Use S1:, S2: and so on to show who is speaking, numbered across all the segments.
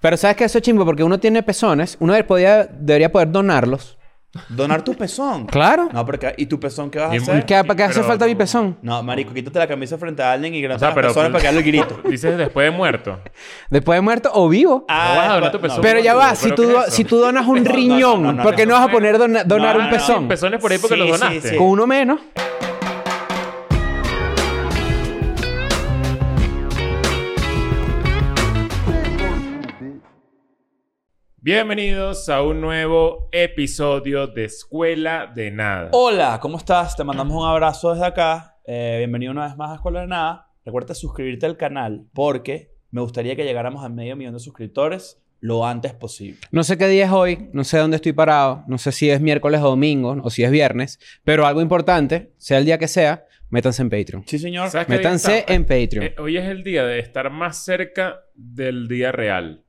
S1: Pero ¿sabes qué? Eso es chimbo porque uno tiene pezones. Uno de- podía- debería poder donarlos.
S2: Donar tu pezón.
S1: Claro.
S2: No, pero ¿qué- ¿y tu pezón qué vas a
S3: Y-
S2: hacer?
S1: ¿Qué, ¿Para qué hace
S3: Pero
S1: falta mi
S3: no.
S1: pezón?
S2: No, marico, quítate la camisa frente a alguien y
S3: O
S2: grabas
S3: sea,
S2: las
S3: pero
S2: personas
S3: tú-
S2: para que haga el grito.
S3: Dices después de muerto.
S1: Después de muerto o vivo.
S2: Ah,
S3: No vas a donar
S2: es
S3: tu
S2: pa-
S3: pezón.
S1: Pero ya
S3: boludo,
S1: va, si
S3: ¿pero
S1: tú,
S3: qué
S1: do-
S3: es eso?
S1: si tú donas un
S2: No, no,
S1: riñón,
S2: no, no,
S1: porque
S2: no.
S1: no vas a poner dona- donar
S2: No,
S1: un
S2: no, no.
S1: pezón.
S3: Pezones por ahí porque
S2: Sí,
S3: los
S2: sí,
S3: donaste.
S2: sí.
S1: Con uno menos.
S3: Bienvenidos a un nuevo episodio de Escuela de Nada.
S1: Oh.
S2: Hola, ¿cómo estás? Te mandamos un abrazo desde acá. Eh, bienvenido una vez más a Escuela de Nada. Recuerda suscribirte al canal porque me gustaría que llegáramos a medio millón de suscriptores lo antes posible.
S1: No sé qué día es hoy, no sé dónde estoy parado, no sé si es miércoles o domingo o si es viernes, pero algo importante, sea el día que sea, métanse en Patreon.
S2: Sí, señor.
S3: ¿Sabes qué día
S1: Métanse
S3: está?
S1: en Patreon.
S3: Eh, hoy es el día de estar más cerca del día real.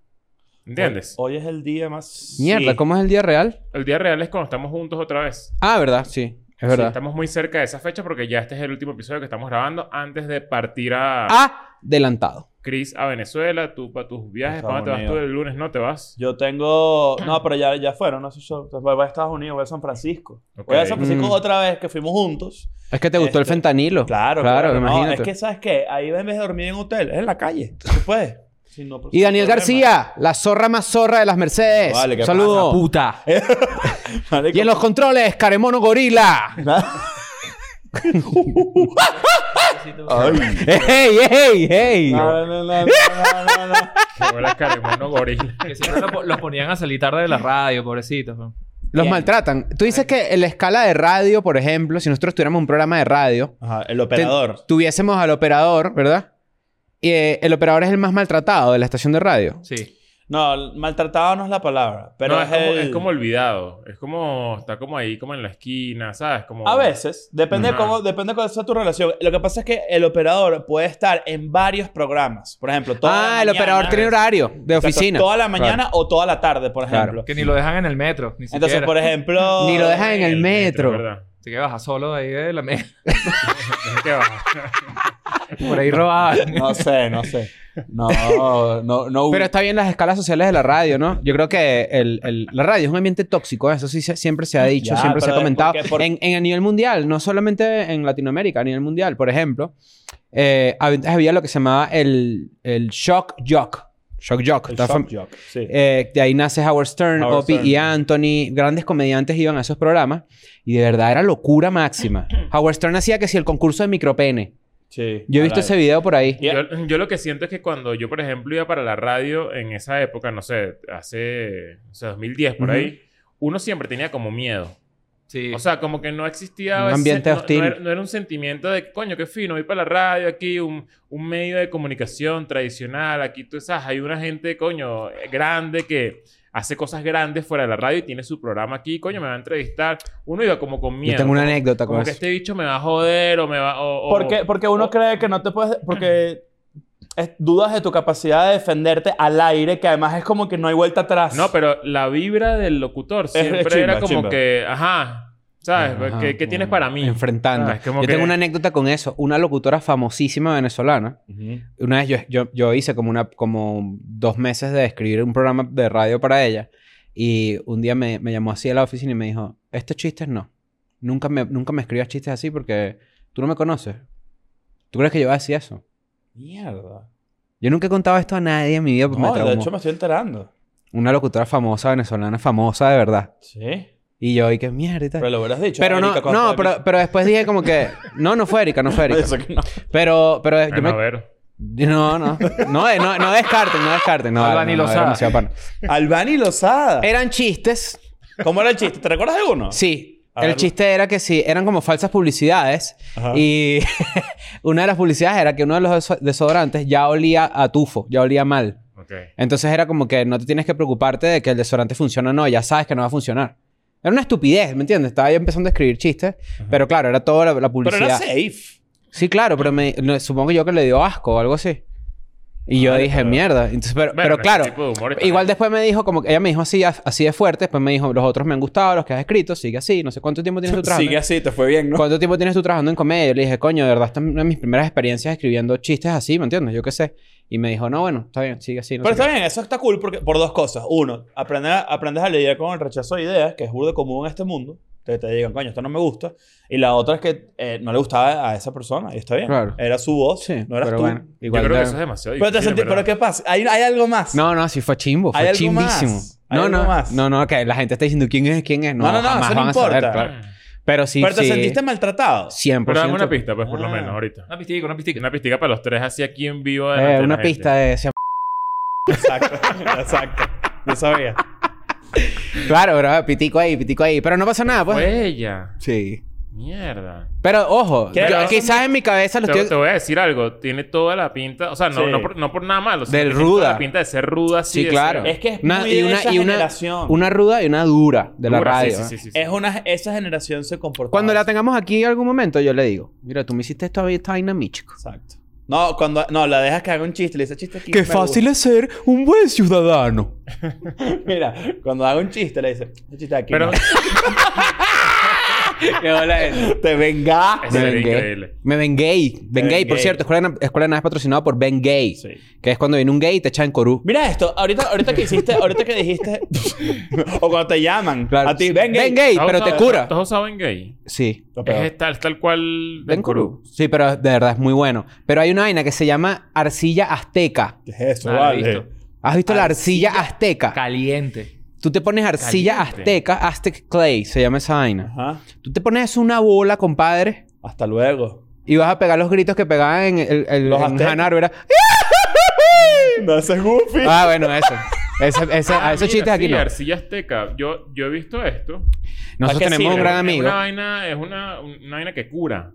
S3: ¿Entiendes?
S1: Oh.
S2: Hoy, hoy es el día más...
S1: Mierda,
S2: Sí.
S1: ¿cómo es el día real?
S3: El día real es cuando estamos juntos otra vez.
S1: Ah, verdad, sí, es
S3: Sí,
S1: verdad.
S3: estamos muy cerca de esa fecha porque ya este es el último episodio que estamos grabando antes de partir a
S1: Ah. Adelantado.
S3: Chris a Venezuela, tú para tus viajes. ¿Para
S2: Estados
S3: dónde te vas tú
S2: Unidos.
S3: el lunes? ¿No te vas?
S2: Yo tengo... No, pero ya, ya fueron. No sé, yo- voy a Estados Unidos, voy a San Francisco. Voy a
S3: Ok.
S2: San Francisco
S1: Mm.
S2: otra vez que fuimos juntos.
S1: Es que te gustó el
S2: Este,
S1: fentanilo.
S2: Claro,
S1: claro,
S2: claro. no,
S1: imagínate.
S2: es que, ¿sabes qué? Ahí en vez de dormir en hotel, es en la calle. Se puede. Sí, no, pero
S1: Y
S2: Pues, sin
S1: Daniel
S2: problema.
S1: García, la zorra más zorra de las Mercedes.
S2: Vale, ¿qué
S1: Saludos.
S2: pasa,
S1: puta.
S2: Marico,
S1: Y en los controles, Caremono Gorila.
S2: Ay.
S1: ¡Ey, ey, ey!
S2: No, no, no, no, no, no, no.
S3: Que huele a Caremono gorila.
S4: Que siempre lo po- los ponían a salir tarde de la radio, pobrecitos. ¿no?
S1: Los
S2: Bien.
S1: maltratan. Tú dices que en la escala de radio, por ejemplo, si nosotros tuviéramos un programa de radio,
S2: Ajá, el
S1: te-
S2: operador.
S1: tuviésemos al operador, ¿verdad? Y eh, el operador es el más maltratado de la estación de radio.
S4: Sí.
S2: No, maltratado no es la palabra. Pero
S3: No,
S2: es,
S3: es, como,
S2: el-
S3: es como olvidado. Es como... Está como ahí, como en la esquina, ¿sabes? Como...
S2: A veces. Depende de
S3: Ajá.
S2: cómo, depende de cuál sea tu relación. Lo que pasa es que el operador puede estar en varios programas. Por ejemplo, toda la
S1: ah, el
S2: mañana-
S1: operador tiene horario de
S2: Exacto,
S1: oficina.
S2: Toda la mañana o toda la tarde, por
S1: Claro.
S2: ejemplo.
S4: Que ni lo dejan en el metro, ni
S2: Entonces,
S4: siquiera.
S2: por e-, ejemplo...
S1: Ni lo dejan en el metro.
S3: ¿verdad?
S4: Así que baja solo de ahí de la mesa.
S3: ¿Qué va?
S4: Por ahí robaban.
S2: No sé, no sé. No, no, no.
S1: Pero está bien las escalas sociales de la radio, ¿no? Yo creo que el- el- la radio es un ambiente tóxico. Eso sí se- siempre se ha dicho,
S2: Ya,
S1: siempre se ha
S2: pero es
S1: comentado.
S2: porque- por-
S1: En, en- a nivel mundial, no solamente en Latinoamérica, a nivel mundial. Por ejemplo, eh, hab- había lo que se llamaba el, el shock jock. Shock jock.
S2: El
S1: Está fam-
S2: shock jock, sí.
S1: Eh, de ahí nace Howard Stern,
S2: Howard
S1: Opie
S2: Stern.
S1: y Anthony. Grandes comediantes iban a esos programas. Y de verdad era locura máxima. Howard Stern hacía que si el concurso de micropene.
S2: sí.
S1: Yo he visto
S2: Ahora,
S1: ese video por ahí.
S2: Yeah.
S3: Yo, yo lo que siento es que cuando yo, por ejemplo, iba para la radio en esa época, no sé, hace o sea, 2010 por
S1: Ujú.
S3: ahí, uno siempre tenía como miedo.
S4: Sí.
S3: O sea, como que no existía...
S1: Un
S3: ese-
S1: ambiente
S3: no- no
S1: hostil.
S3: era- No, era, un sentimiento de, coño, qué fino, voy para la radio aquí, un, un medio de comunicación tradicional, aquí tú sabes, hay una gente, coño, grande que hace cosas grandes fuera de la radio y tiene su programa aquí, coño, me va a entrevistar. Uno iba como con miedo.
S1: Yo tengo una
S3: como-
S1: anécdota
S3: Como
S1: con
S3: que
S1: eso.
S3: este bicho me va a joder o me va... O, o-
S2: Porque, porque uno
S3: o-
S2: cree que no te puedes... Porque es- dudas de tu capacidad de defenderte al aire, que además es como que no hay vuelta atrás.
S3: No, pero la vibra del locutor siempre
S2: chimba,
S3: era como
S2: chimba.
S3: que, ajá, ¿sabes?
S1: Ajá,
S3: ¿Qué, qué
S1: como
S3: tienes para mí?
S1: Enfrentando.
S3: Ah, es como
S1: yo
S3: que-
S1: tengo una anécdota con eso. Una locutora famosísima venezolana.
S2: Ujú.
S1: Una vez yo, yo, yo hice como, una, como dos meses de escribir un programa de radio para ella. Y un día me, me llamó así a la oficina y me dijo, estos chistes no. Nunca me, nunca me escribas chistes así porque tú no me conoces. ¿Tú crees que yo voy a decir eso?
S2: Mierda.
S1: Yo nunca he contado esto a nadie en mi vida. porque Pues me
S2: No, de
S1: traumó.
S2: hecho me estoy enterando.
S1: Una locutora famosa venezolana, famosa de verdad.
S2: Sí.
S1: Y yo, y qué mierda. y tal.
S2: Pero lo hubieras dicho.
S1: Pero no,
S2: Erika, cuando
S1: no,
S2: te-
S1: pero, pero después dije como que... No, no fue Erika, no fue Erika.
S2: Eso que no.
S1: Pero, pero yo
S3: Bueno,
S1: me-
S3: a ver.
S1: No, no. No, de- no, no descarten, no descarten. No,
S4: Alba
S1: vale,
S4: ni
S1: no,
S4: lo
S1: no,
S4: sabe.
S1: demasiado pana.
S2: Albani Lozada.
S1: Eran chistes.
S2: ¿Cómo era el chiste? ¿Te recuerdas de uno?
S1: Sí.
S2: Ah. A
S1: el
S2: ver.
S1: chiste era que sí, eran como falsas publicidades.
S2: Ajá.
S1: Y una de las publicidades era que uno de los deso- desodorantes ya olía a tufo, ya olía mal.
S3: Ok.
S1: Entonces era como que no te tienes que preocuparte de que el desodorante funciona o no, ya sabes que no va a funcionar. Era una estupidez, ¿me entiendes? Estaba yo empezando a escribir chistes, pero claro, era toda la, la
S2: Pero
S1: publicidad.
S2: era safe.
S1: Sí, claro, pero me, no, supongo yo que le dio asco o algo así. Y yo
S3: Vale,
S1: dije,
S3: pero-
S1: mierda. Entonces, pero,
S3: Bueno,
S1: pero
S3: ese
S1: claro,
S3: tipo de humor está
S1: igual
S3: bien.
S1: después me dijo, como que ella me dijo así, af- así de fuerte, después me dijo, los otros me han gustado, los que has escrito, sigue así, no sé cuánto tiempo tienes tu trabajo.
S2: Sigue así, te fue bien, ¿no?
S1: ¿Cuánto tiempo tienes tú trabajando en comedia? Yo le dije, coño, de verdad, esta es una de mis primeras experiencias escribiendo chistes así, ¿me entiendes? Yo qué sé. Y me dijo, no, bueno, está bien, sigue así. no
S2: Pero
S1: sé
S2: está bien, eso está cool porque, por dos cosas. Uno, aprendes a, aprendes a lidiar con el rechazo de ideas, que es burdo común en este mundo. Te, te digan, coño, esto no me gusta. Y la otra es que eh, no le gustaba a esa persona. Y está bien.
S1: Claro.
S2: Era su voz,
S1: qué". Sí,
S2: no eras
S1: pero
S2: tú.
S1: bueno,
S3: Yo
S1: igual.
S3: creo que
S1: de-
S3: eso es demasiado
S2: Pero, te
S3: difícil,
S2: sentí-
S3: en verdad.
S2: pero ¿qué pasa? ¿Hay, hay algo más.
S1: No, no, sí fue chimbo,
S2: Hay
S1: fue
S2: algo
S1: chimbísimo.
S2: más, hay
S1: No,
S2: algo
S1: no,
S2: más.
S1: no, no, que la gente está diciendo quién es, quién es. No,
S2: No, no, no,
S1: jamás
S2: eso no
S1: van a saber,
S2: importa.
S1: claro. Pero sí,
S2: Pero te
S1: sí,
S2: sentiste maltratado.
S1: 100%.
S3: Pero dame una pista, pues, por lo
S2: Ah.
S3: menos, ahorita.
S4: Una pistica, una pistica.
S3: Una pistica para los tres así aquí en vivo. delante
S1: Eh,
S3: de la
S1: una
S3: gente.
S1: pista de ese
S2: Exacto, exacto. Yo sabía.
S1: Claro, bro, pitico ahí, pitico ahí. Pero no pasa nada, pues.
S3: Fue ella.
S1: Sí.
S3: Mierda.
S1: Pero ojo,
S2: ¿Qué?
S1: yo-
S2: Pero-
S1: quizás en mi cabeza lo
S3: Te, te
S1: estoy.
S3: voy a decir algo. Tiene toda la pinta... O sea, no,
S2: Sí.
S3: no, por, no por nada malo. sino
S1: Del
S3: que tiene toda
S1: ruda.
S3: La pinta de ser ruda así.
S1: Sí,
S3: de
S1: claro.
S3: ser-
S2: Es que es
S1: Una-
S2: muy
S1: y
S2: de
S1: una-
S2: esa
S1: y una-
S2: generación.
S1: Una ruda y una dura de la
S3: dura, sí,
S1: radio.
S3: sí,
S1: ¿eh?
S3: sí, sí, sí.
S2: Es una... Esa generación se comportó
S1: Cuando la
S2: así.
S1: tengamos aquí en algún momento, yo le digo: Mira, tú me hiciste esta, esta vaina a mí, chico.
S2: Exacto. No, cuando... No, la dejas que haga un chiste. Le dice chiste aquí.
S1: Qué
S2: me gusta".
S1: fácil es ser un buen ciudadano.
S2: Mira, cuando haga un chiste le dice "Ese chiste aquí.
S3: Pero...
S2: no". Te venga.
S3: Eso
S1: Me
S3: sería
S1: vengué.
S3: increíble.
S1: Me vengué. Vengué. Por
S2: vengué.
S1: cierto, Escuela de, Na- Escuela de Nada es patrocinado por Ben Gay.
S2: Sí.
S1: Que es cuando viene un gay y te echan corú.
S2: Mira esto, ahorita, ahorita que hiciste, ahorita que dijiste, o cuando te llaman,
S1: Claro.
S2: a ti, ven, gay.
S1: Ben Gay,
S3: ¿Has
S1: pero
S3: usado-
S1: te cura.
S3: ¿Todos saben gay?
S1: Sí.
S2: Lo peor.
S3: Es tal, tal cual...
S1: Ben Corú. Sí, pero de verdad es muy bueno. Pero hay una vaina que se llama arcilla azteca.
S2: ¿Qué es eso,
S4: Ah, lo he
S2: vale?
S4: visto.
S1: ¿Has visto la arcilla azteca?
S4: Caliente.
S1: Tú te pones arcilla
S3: Caliente.
S1: azteca, Aztec Clay, se llama esa vaina.
S2: Ajá.
S1: Tú te pones una bola, compadre,
S2: Hasta luego.
S1: y vas a pegar los gritos que pegaban en el, el
S2: Los
S1: en
S2: aztecas.
S1: Hanna-Barbera.
S2: No haces goofy.
S1: Ah, bueno, eso. Ese- ese-
S2: Ah,
S1: a Ah, esos chistes aquí
S3: sí,
S1: no.
S3: Arcilla Azteca. Yo, yo he visto esto.
S1: Nosotros
S2: ¿Para qué
S1: tenemos un
S2: sirve?
S1: gran
S3: Es
S1: amigo.
S3: una vaina, es una, una vaina que cura.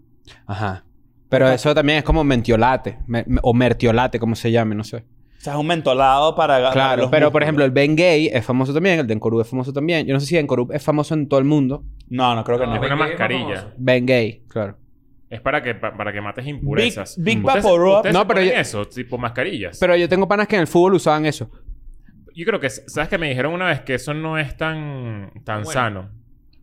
S1: Ajá. Pero eso también es como mentiolate. me- me- o mertiolate, como se llame, no sé.
S2: O sea, es un mentolado para para
S1: Claro,
S2: Ah, los
S1: pero por ejemplo,
S2: músculos.
S1: el Ben Gay es famoso también, el de Encorú es famoso también. Yo no sé si Encorú es famoso en todo el mundo.
S2: No, no creo que
S4: No,
S2: no.
S3: es
S4: Ben
S3: una
S4: Gay es
S3: mascarilla.
S4: famoso.
S1: Ben Gay, claro.
S3: Es para que, pa- para que mates impurezas.
S2: Big- Big
S3: Ustedes-
S2: Vaporub.
S3: ustedes
S1: No,
S3: se
S1: pero
S3: ponen
S1: yo-
S3: eso, tipo mascarillas.
S1: Pero yo tengo panas que en el fútbol usaban eso.
S3: Yo creo que, ¿sabes que Me dijeron una vez que eso no es tan, tan
S4: Bueno.
S3: sano.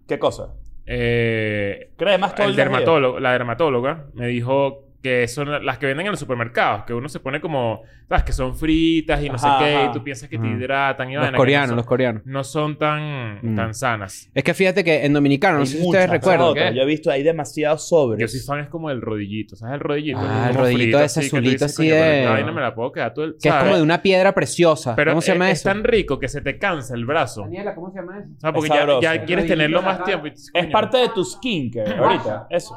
S2: ¿Qué cosa?
S3: Eh,
S2: Cremas todo
S3: el
S2: el día.
S3: dermatólogo, la dermatóloga me dijo que son las que venden en los supermercados, que uno se pone como, sabes, que son fritas y no
S2: Ajá,
S3: sé qué,
S2: ajá.
S3: y tú piensas que
S1: Ajá.
S3: te hidratan y
S1: Los
S3: vaina, que
S1: coreanos,
S3: no
S1: los
S3: son,
S1: coreanos.
S3: no son tan,
S1: Mm.
S3: tan sanas.
S1: Es que fíjate que en Dominicano, no
S2: Hay
S1: sé si
S2: muchas,
S1: ustedes
S2: esa es
S1: recuerdan.
S2: otra.
S4: ¿Qué?
S2: Yo he visto ahí demasiados sobres.
S3: Yo sí fan es como el rodillito, ¿sabes? El rodillito.
S1: Ah, el
S3: Como
S1: rodillito
S3: frito,
S1: ese
S3: así, que tú
S1: azulito
S3: dices,
S1: así
S3: "Coño, pero
S1: de-
S3: esta vaina me la puedo quedar todo el...
S1: Que es
S3: ¿sabes?
S1: como de una piedra preciosa.
S3: Pero eh, e-,
S1: ¿Cómo se llama
S3: es, es
S1: eso?
S3: tan rico que se te cansa el brazo.
S1: Daniela, ¿cómo se llama eso?
S3: O sea, porque
S2: Es
S3: ya,
S2: sabroso.
S3: ya quieres
S1: El rodillito
S3: tenerlo
S1: de
S3: más
S1: acá.
S3: tiempo. y dices,
S2: Es
S3: "Coño,
S2: parte de tu
S1: Ah.
S2: skincare ahorita. Eso.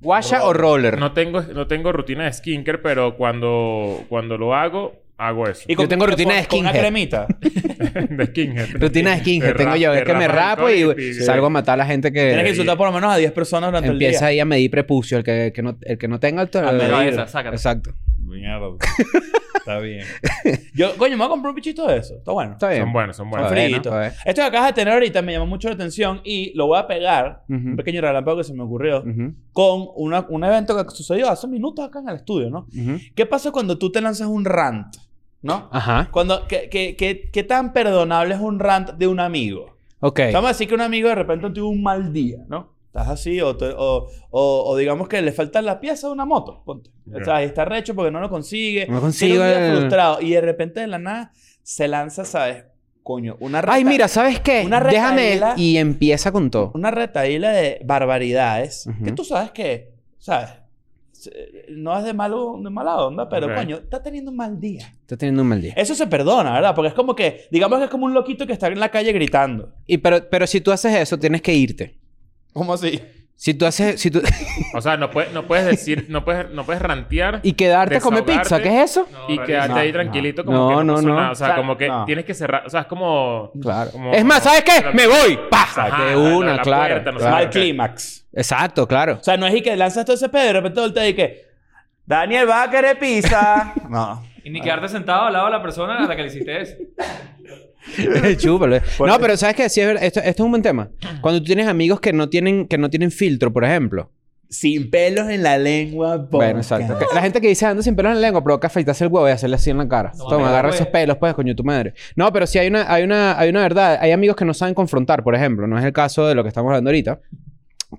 S1: Guasha o roller.
S3: No tengo, no tengo rutina de skincare, pero cuando, cuando lo hago, hago eso.
S1: Yo tengo rutina
S2: con-
S1: de
S2: Con una
S1: skincare.
S2: cremita.
S3: de skincare.
S1: Rutina de skin que
S3: Te
S1: tengo
S3: ra-
S1: yo. Es
S3: te
S1: que me
S3: rapas el
S1: rapo y
S3: coño
S1: güey, salgo a matar a la gente
S2: Tienes que
S1: que
S2: insultar por lo menos a 10 personas durante
S1: Eh, empieza
S2: el
S1: ahí a medir prepucio. El que, que no, el que no tenga... eh,
S2: A
S4: No,
S2: medir.
S4: esa, sácala.
S1: Exacto.
S2: día. Está bien. Yo, coño, me voy a comprar un pichito de eso. Está bueno.
S1: Está bien.
S3: Son buenos, son
S1: Está
S3: buenos.
S2: Son
S1: bien, ¿no?
S2: fritos.
S1: Está bien.
S2: Esto que acabas de tener ahorita me llamó mucho la atención y lo voy a pegar, un
S1: Ujú.
S2: pequeño relámpago que se me ocurrió,
S1: Ujú.
S2: con una- un evento que sucedió hace minutos acá en el estudio, ¿no?
S1: Ujú.
S2: ¿Qué pasa cuando tú te lanzas un rant? ¿No?
S1: Ajá.
S2: Cuando, ¿qué, qué, qué, qué tan perdonable es un rant de un amigo?
S1: Ok.
S2: Vamos a decir que un amigo de repente tuvo un mal día, ¿no? Estás así, o, te- o, o- o digamos que le falta la pieza de una moto, ponte.
S3: Ya.
S2: O sea, y está recho porque no lo consigue.
S1: No consigo
S2: Tiene un día
S1: el-
S2: frustrado. Y de repente, de la nada, se lanza, ¿sabes? Coño, una reta,
S1: Ay, mira, ¿sabes qué?
S2: Una
S1: Déjame
S2: retahíla.
S1: y empieza con todo.
S2: Una retaíla de barbaridades.
S1: Ujú.
S2: Que tú sabes que, ¿sabes? Se- No es de, malo, de mala onda, pero
S3: Ok.
S2: coño, está teniendo un mal día.
S1: Está teniendo un mal día.
S2: Eso se perdona, ¿verdad? Porque es como que, digamos que es como un loquito que está en la calle gritando.
S1: Y pero, pero si tú haces eso, tienes que irte.
S2: ¿Cómo así?
S1: Si tú haces... Si tú...
S3: O sea, no, puedes- no puedes decir, no puedes, no puedes rantear
S1: y quedarte a comer pizza.
S3: Desahogarte.
S1: ¿Qué es eso?
S3: y quedarte ahí
S4: no.
S3: tranquilito como
S1: No,
S3: que no,
S1: no,
S3: pasó
S1: no.
S3: nada. O sea,
S2: Exacto.
S3: como que
S2: No.
S3: tienes que cerrar. O sea, es como...
S1: Claro.
S3: como-
S1: es más, ¿sabes qué?
S3: la-
S1: ¡Me voy! ¡Pah!
S3: Ajá,
S1: de
S3: la- la-
S1: una,
S3: la
S1: claro.
S3: puerta, no sé
S1: claro.
S2: Mal
S3: ok.
S2: clímax.
S1: Exacto, claro.
S2: O sea, no es y que lanzas todo ese pedo y de repente volteas y que... Daniel va a querer pizza. no.
S4: Y ni quedarte sentado al lado de la persona a la que le hiciste eso.
S1: Chúpalo. No, pero ¿sabes qué? Sí, es verdad. Esto, esto es un buen tema. Cuando tú tienes amigos que no tienen, que no tienen filtro, por ejemplo.
S2: Sin pelos en la lengua.
S1: Bueno, exacto.
S2: podcast.
S1: Que- La gente que dice ando sin pelos en la lengua, provoca afeitarse el huevo y hacerle así en la cara.
S4: No,
S1: Toma,
S4: pero,
S1: agarra
S4: pues.
S1: esos pelos, pues, coño, tu madre. No, pero sí hay una, hay una, hay una verdad. Hay amigos que no saben confrontar, por ejemplo. No es el caso de lo que estamos hablando ahorita.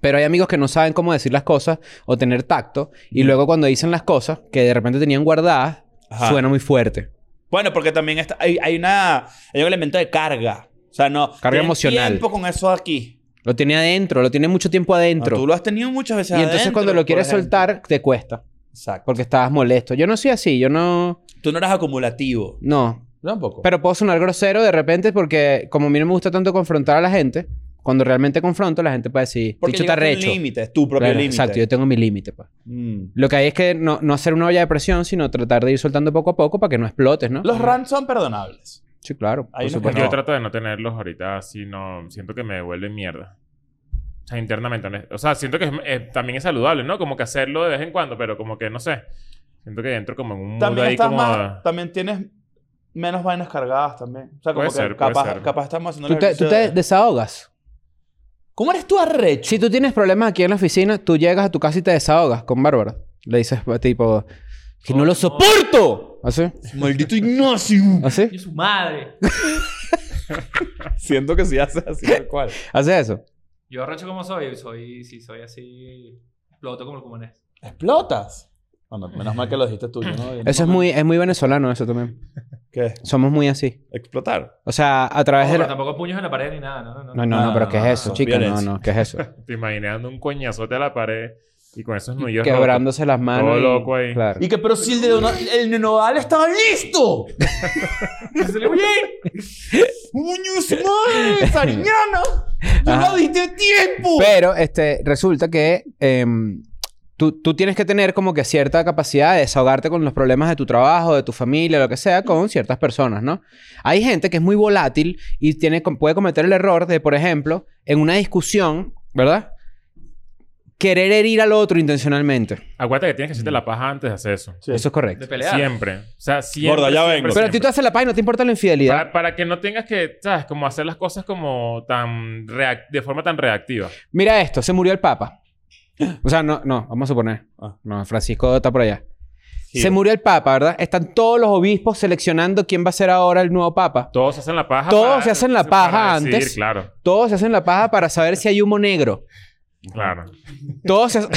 S1: Pero hay amigos que no saben cómo decir las cosas o tener tacto. Y
S2: Mm.
S1: luego cuando dicen las cosas que de repente tenían guardadas,
S2: Ajá.
S1: suena muy fuerte.
S2: Bueno, porque también está, hay, hay una... Hay un elemento de carga. O sea, no...
S1: Carga
S2: tienen
S1: emocional.
S2: tiempo con eso aquí.
S1: Lo tiene adentro, lo tiene mucho tiempo
S2: No,
S1: adentro.
S2: Ah, tú lo has tenido muchas
S1: y
S2: veces
S1: entonces
S2: adentro,
S1: cuando lo
S2: por
S1: quieres
S2: ejemplo.
S1: soltar, te cuesta.
S2: Exacto.
S1: Porque estabas molesto. Yo no soy así, yo no...
S2: Tú no eras acumulativo.
S1: No,
S2: Tampoco.
S1: Pero puedo sonar grosero de repente porque como a mí no me gusta tanto confrontar a la gente, cuando realmente confronto, la gente puede decir,
S2: porque
S1: dicho está
S2: llegaste a un
S1: recho.
S2: límite, es tu propio
S1: Claro,
S2: límite.
S1: Exacto, yo tengo mi límite. pa.
S2: Mm.
S1: Lo que hay es que no, no hacer una olla de presión, sino tratar de ir soltando poco a poco para que no explotes, ¿no?
S2: Los rants son perdonables.
S1: Sí, claro.
S2: Hay
S1: por
S2: unos que
S1: supuesto.
S3: Yo
S2: No.
S3: trato de no tenerlos ahorita así, no... Siento que me devuelven mierda. O sea, internamente. honest- O sea, siento que es- es- también es saludable, ¿no? Como que hacerlo de vez en cuando, pero como que, no sé. Siento que entro como en un mundo
S2: También
S3: ahí
S2: estás
S3: como...
S2: más... También tienes menos vainas cargadas también. O sea, como
S3: Puede
S2: que
S3: ser, puede
S2: capaz,
S3: ser.
S2: capaz estamos haciendo...
S1: Tú
S2: el
S1: te, tú
S2: ejercicio
S1: te
S2: de-
S1: desahogas.
S2: ¿Cómo eres tú arrecho?
S1: Si tú tienes problemas aquí en la oficina, tú llegas a tu casa y te desahogas con Bárbara. Le dices pues, tipo, que no
S4: Oh,
S1: lo
S4: no.
S1: soporto. ¿Así?
S2: Maldito Ignacio.
S1: ¿Así?
S4: Y su madre.
S2: Siento que sí haces así tal cual.
S1: ¿Haces eso?
S4: Yo arrecho como soy. Soy, sí, soy así. Exploto como el comunés.
S2: ¿Explotas? Bueno, menos mal que lo dijiste tú. yo no- yo no
S1: Eso es
S2: me-
S1: muy, es muy venezolano eso también.
S2: ¿Qué?
S1: Somos muy así.
S2: ¿Explotar?
S1: O sea, a través
S4: No,
S1: de...
S4: pero
S1: la-
S4: tampoco puños en la pared ni nada, ¿no?
S1: No,
S4: No,
S1: no,
S2: No,
S1: no,
S2: no,
S1: pero ¿qué
S3: Ah,
S2: no,
S1: es eso,
S2: no,
S1: chica? No,
S2: violencia.
S1: no, ¿qué es eso?
S3: Te imaginé dando un coñazote a la pared y con esos nudillos rotos.
S1: Quebrándose las manos.
S3: Todo
S1: y-
S3: loco ahí.
S1: Claro.
S2: Y que, pero si el de Dona- el de Nodal estaba listo.
S4: Se le oye.
S2: ¡Muñoz madre! ¡Sariñana! ¡No
S1: Ajá.
S2: lo diste a tiempo!
S1: Pero este, resulta que em, tú, tú tienes que tener como que cierta capacidad de desahogarte con los problemas de tu trabajo, de tu familia, lo que sea, con ciertas personas, ¿no? Hay gente que es muy volátil y tiene, com- puede cometer el error de, por ejemplo, en una discusión, ¿verdad? Querer herir al otro intencionalmente.
S3: Acuérdate que tienes que hacerte
S1: Mm.
S3: la paja antes de hacer eso.
S2: Sí.
S1: Eso es correcto.
S4: De pelear.
S3: Siempre. O sea, siempre.
S2: Gordo, ya
S3: siempre,
S2: vengo.
S1: Pero a ti te
S3: siempre.
S1: haces la paz y no te importa la infidelidad.
S3: para, para que no tengas que, ¿sabes? Como hacer las cosas como tan... reac- de forma tan reactiva.
S1: Mira esto, se murió el Papa. O sea, no, no, vamos a suponer.
S2: Ah.
S1: No, Francisco está por allá.
S2: Sí.
S1: Se murió el Papa, ¿verdad? Están todos los obispos seleccionando quién va a ser ahora el nuevo Papa.
S3: Todos hacen la paja.
S1: Todos se hacen la
S3: para
S1: paja
S3: decidir,
S1: antes.
S3: Claro,
S1: Todos se hacen la paja para saber si hay humo negro.
S3: claro.
S1: Todos se hacen-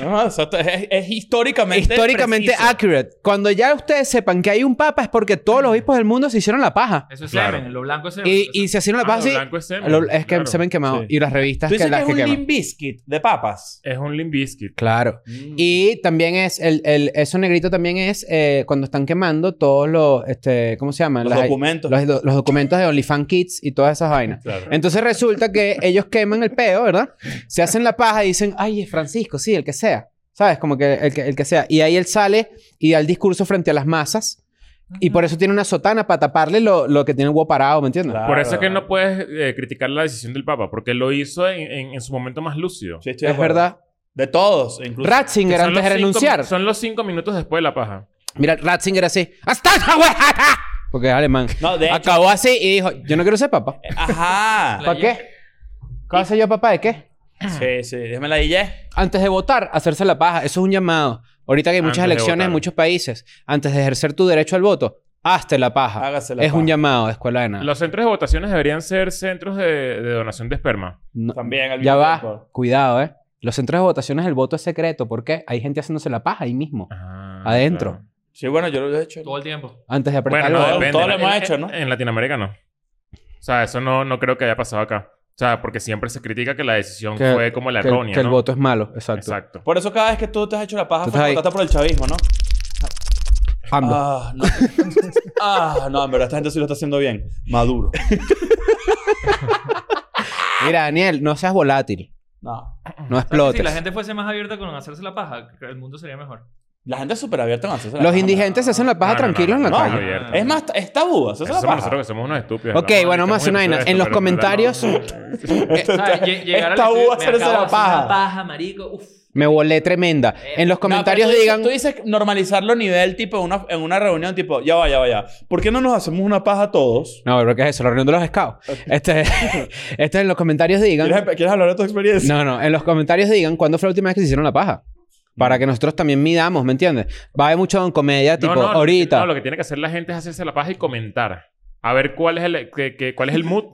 S2: No, eso es, es- es históricamente
S1: históricamente
S2: preciso.
S1: accurate. Cuando ya ustedes sepan que hay un Papa es porque todos los obispos del mundo se hicieron la paja.
S4: Eso es
S3: Claro.
S4: semen. Lo blanco es semen.
S1: Y, y se hacieron la
S3: Ah,
S1: paja
S3: lo
S1: así.
S3: blanco es semen,
S1: Lo- es que
S3: claro.
S1: se ven quemado.
S2: Sí.
S1: Y las revistas
S2: Tú
S1: que
S2: dices que
S1: las
S2: es
S1: que,
S2: un
S1: queman.
S2: Limp Biscuit de papas.
S3: Es un Limp Bizkit.
S1: Claro.
S2: Mm.
S1: Y también es, el, el- eso negrito también es eh, cuando están quemando todos los, este, ¿cómo se llaman?
S2: Los
S1: Las-
S2: documentos.
S1: Los, do- los documentos de OnlyFans Kids y todas esas vainas.
S3: Claro.
S1: Entonces resulta que ellos queman el peo, ¿verdad? Se hacen la paja y dicen, ay, es Francisco, sí, el que sea. ¿Sabes? Como que el, que el que sea. Y ahí él sale y da el discurso frente a las masas. Y por eso tiene una sotana para taparle lo, lo que tiene el huevo parado, ¿me entiendes?
S2: Claro.
S3: Por eso es que no puedes eh, criticar la decisión del Papa, porque él lo hizo en, en- en su momento más lúcido.
S2: Sí, estoy de
S1: Es
S2: acuerdo.
S1: verdad.
S2: De todos, incluso.
S1: Ratzinger
S3: Son
S1: antes de
S3: los cinco
S1: renunciar.
S3: mi- Son los cinco minutos después de la paja.
S1: Mira, Ratzinger así. ¡Hasta la hue- Porque es alemán.
S2: No, de hecho-
S1: Acabó así y dijo, yo no quiero ser papá.
S2: Ajá.
S1: ¿Para qué? ¿Cómo hace yo papá de qué?
S2: sí, sí. Déjame la DJ.
S1: Antes de votar, hacerse la paja. Eso es un llamado. Ahorita que hay muchas
S3: Antes de
S1: elecciones en
S3: votar.
S1: muchos países, antes de ejercer tu derecho al voto, hazte la paja.
S2: Hágase la
S1: es un
S2: paja.
S1: llamado, escuela de nada.
S3: Los centros de votaciones deberían ser centros de, de donación de esperma.
S1: No-
S2: También al
S1: ya
S2: mismo
S1: va.
S2: tiempo.
S1: Cuidado, ¿eh? Los centros de votaciones, el voto es secreto. ¿Por qué? Hay gente haciéndose la paja ahí mismo.
S3: Ah,
S1: Adentro.
S3: claro.
S2: Sí, bueno, yo lo he hecho.
S4: Todo Eh, el tiempo.
S1: Antes de apretar
S3: Bueno,
S1: el
S3: no,
S1: botón.
S3: depende.
S2: todo lo
S3: En-
S2: hemos
S3: en-
S2: hecho, ¿no?
S3: En Latinoamérica no. O sea, eso no, no creo que haya pasado acá. O sea, porque siempre se critica que la decisión
S1: Que-
S3: fue como la
S1: que,
S3: errónea,
S1: que el
S3: ¿no?
S1: voto es malo. Exacto.
S3: Exacto.
S2: Por eso cada vez que tú te has hecho la paja
S1: Tú
S2: fue
S1: estás ahí.
S2: votaste por el chavismo, ¿no?
S1: AMLO.
S2: Ah, no. ah, no, en verdad esta gente sí lo está haciendo bien. Maduro.
S1: Mira, Daniel, no seas volátil.
S2: No.
S1: No
S4: ¿Sabes que
S1: explotes.
S4: Si la gente fuese más abierta con hacerse la paja, el mundo sería mejor.
S2: La gente es súper abierta con hacerse la
S1: Los
S2: paja,
S1: indigentes se hacen la paja
S3: No, no, no,
S1: tranquilos
S3: no,
S1: en la
S2: no,
S1: calle. Eh,
S3: abierto.
S4: Ah.
S2: man. Es más, es tabú. Hacerse
S3: Eso
S2: la
S3: somos
S2: paja.
S3: nosotros que somos unos estúpidos.
S1: Ok,
S3: Hablamos
S1: bueno,
S3: ahorita
S1: vamos a hacer
S3: muy
S1: una vaina.
S3: de
S1: En los
S3: esto, pero en verdad
S1: comentarios,
S3: no.
S2: Esto
S4: ¿Sabes?
S2: está-
S4: Lle- Llegar
S2: es
S4: al
S2: tabú
S4: estudio, me
S2: hacerse
S4: acabo de
S2: la
S4: hacer una
S2: paja.
S4: paja, marico. Uf.
S1: Me volé tremenda. En los comentarios
S2: Eh, No, pero tú
S1: digan...
S2: Dices, tú dices normalizarlo a nivel tipo en una, en una reunión tipo, ya va, ya va, ya. va. ¿Por qué no nos hacemos una paja todos?
S1: No, pero ¿qué es eso? La reunión de los scouts. Este, este en los comentarios digan...
S2: ¿Quieres, quieres hablar de tu experiencia?
S1: No, no. En los comentarios digan cuándo fue la última vez que se hicieron la paja. Para que nosotros también midamos, ¿me entiendes? Va a haber mucho en comedia, tipo,
S3: no, no, lo que-
S1: ahorita.
S3: no, lo que tiene que hacer la gente es hacerse la paja y comentar. A ver cuál es el, que- que- cuál es el mood.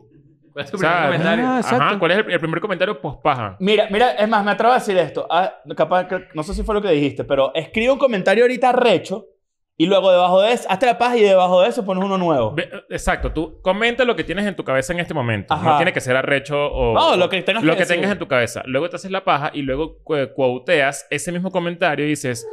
S4: ¿Cuál es tu
S3: O sea,
S4: primer comentario?
S1: ah, exacto.
S3: Ajá, ¿cuál es el, el primer comentario post paja?
S2: Mira, mira, es más, me atrevo a decir esto. Ah, capaz, que- no sé si fue lo que dijiste, pero escribe un comentario ahorita recho y luego debajo de eso, hazte la paja y debajo de eso pones uno nuevo.
S3: Ve- Exacto, tú comenta lo que tienes en tu cabeza en este momento.
S2: Ajá.
S3: No tiene que ser arrecho o.
S2: No,
S3: o-
S2: Oh, lo que tengas
S3: lo
S2: que
S3: que
S2: decir.
S3: tengas en tu cabeza. Luego te haces la paja y luego cu- cuauteas ese mismo comentario y dices: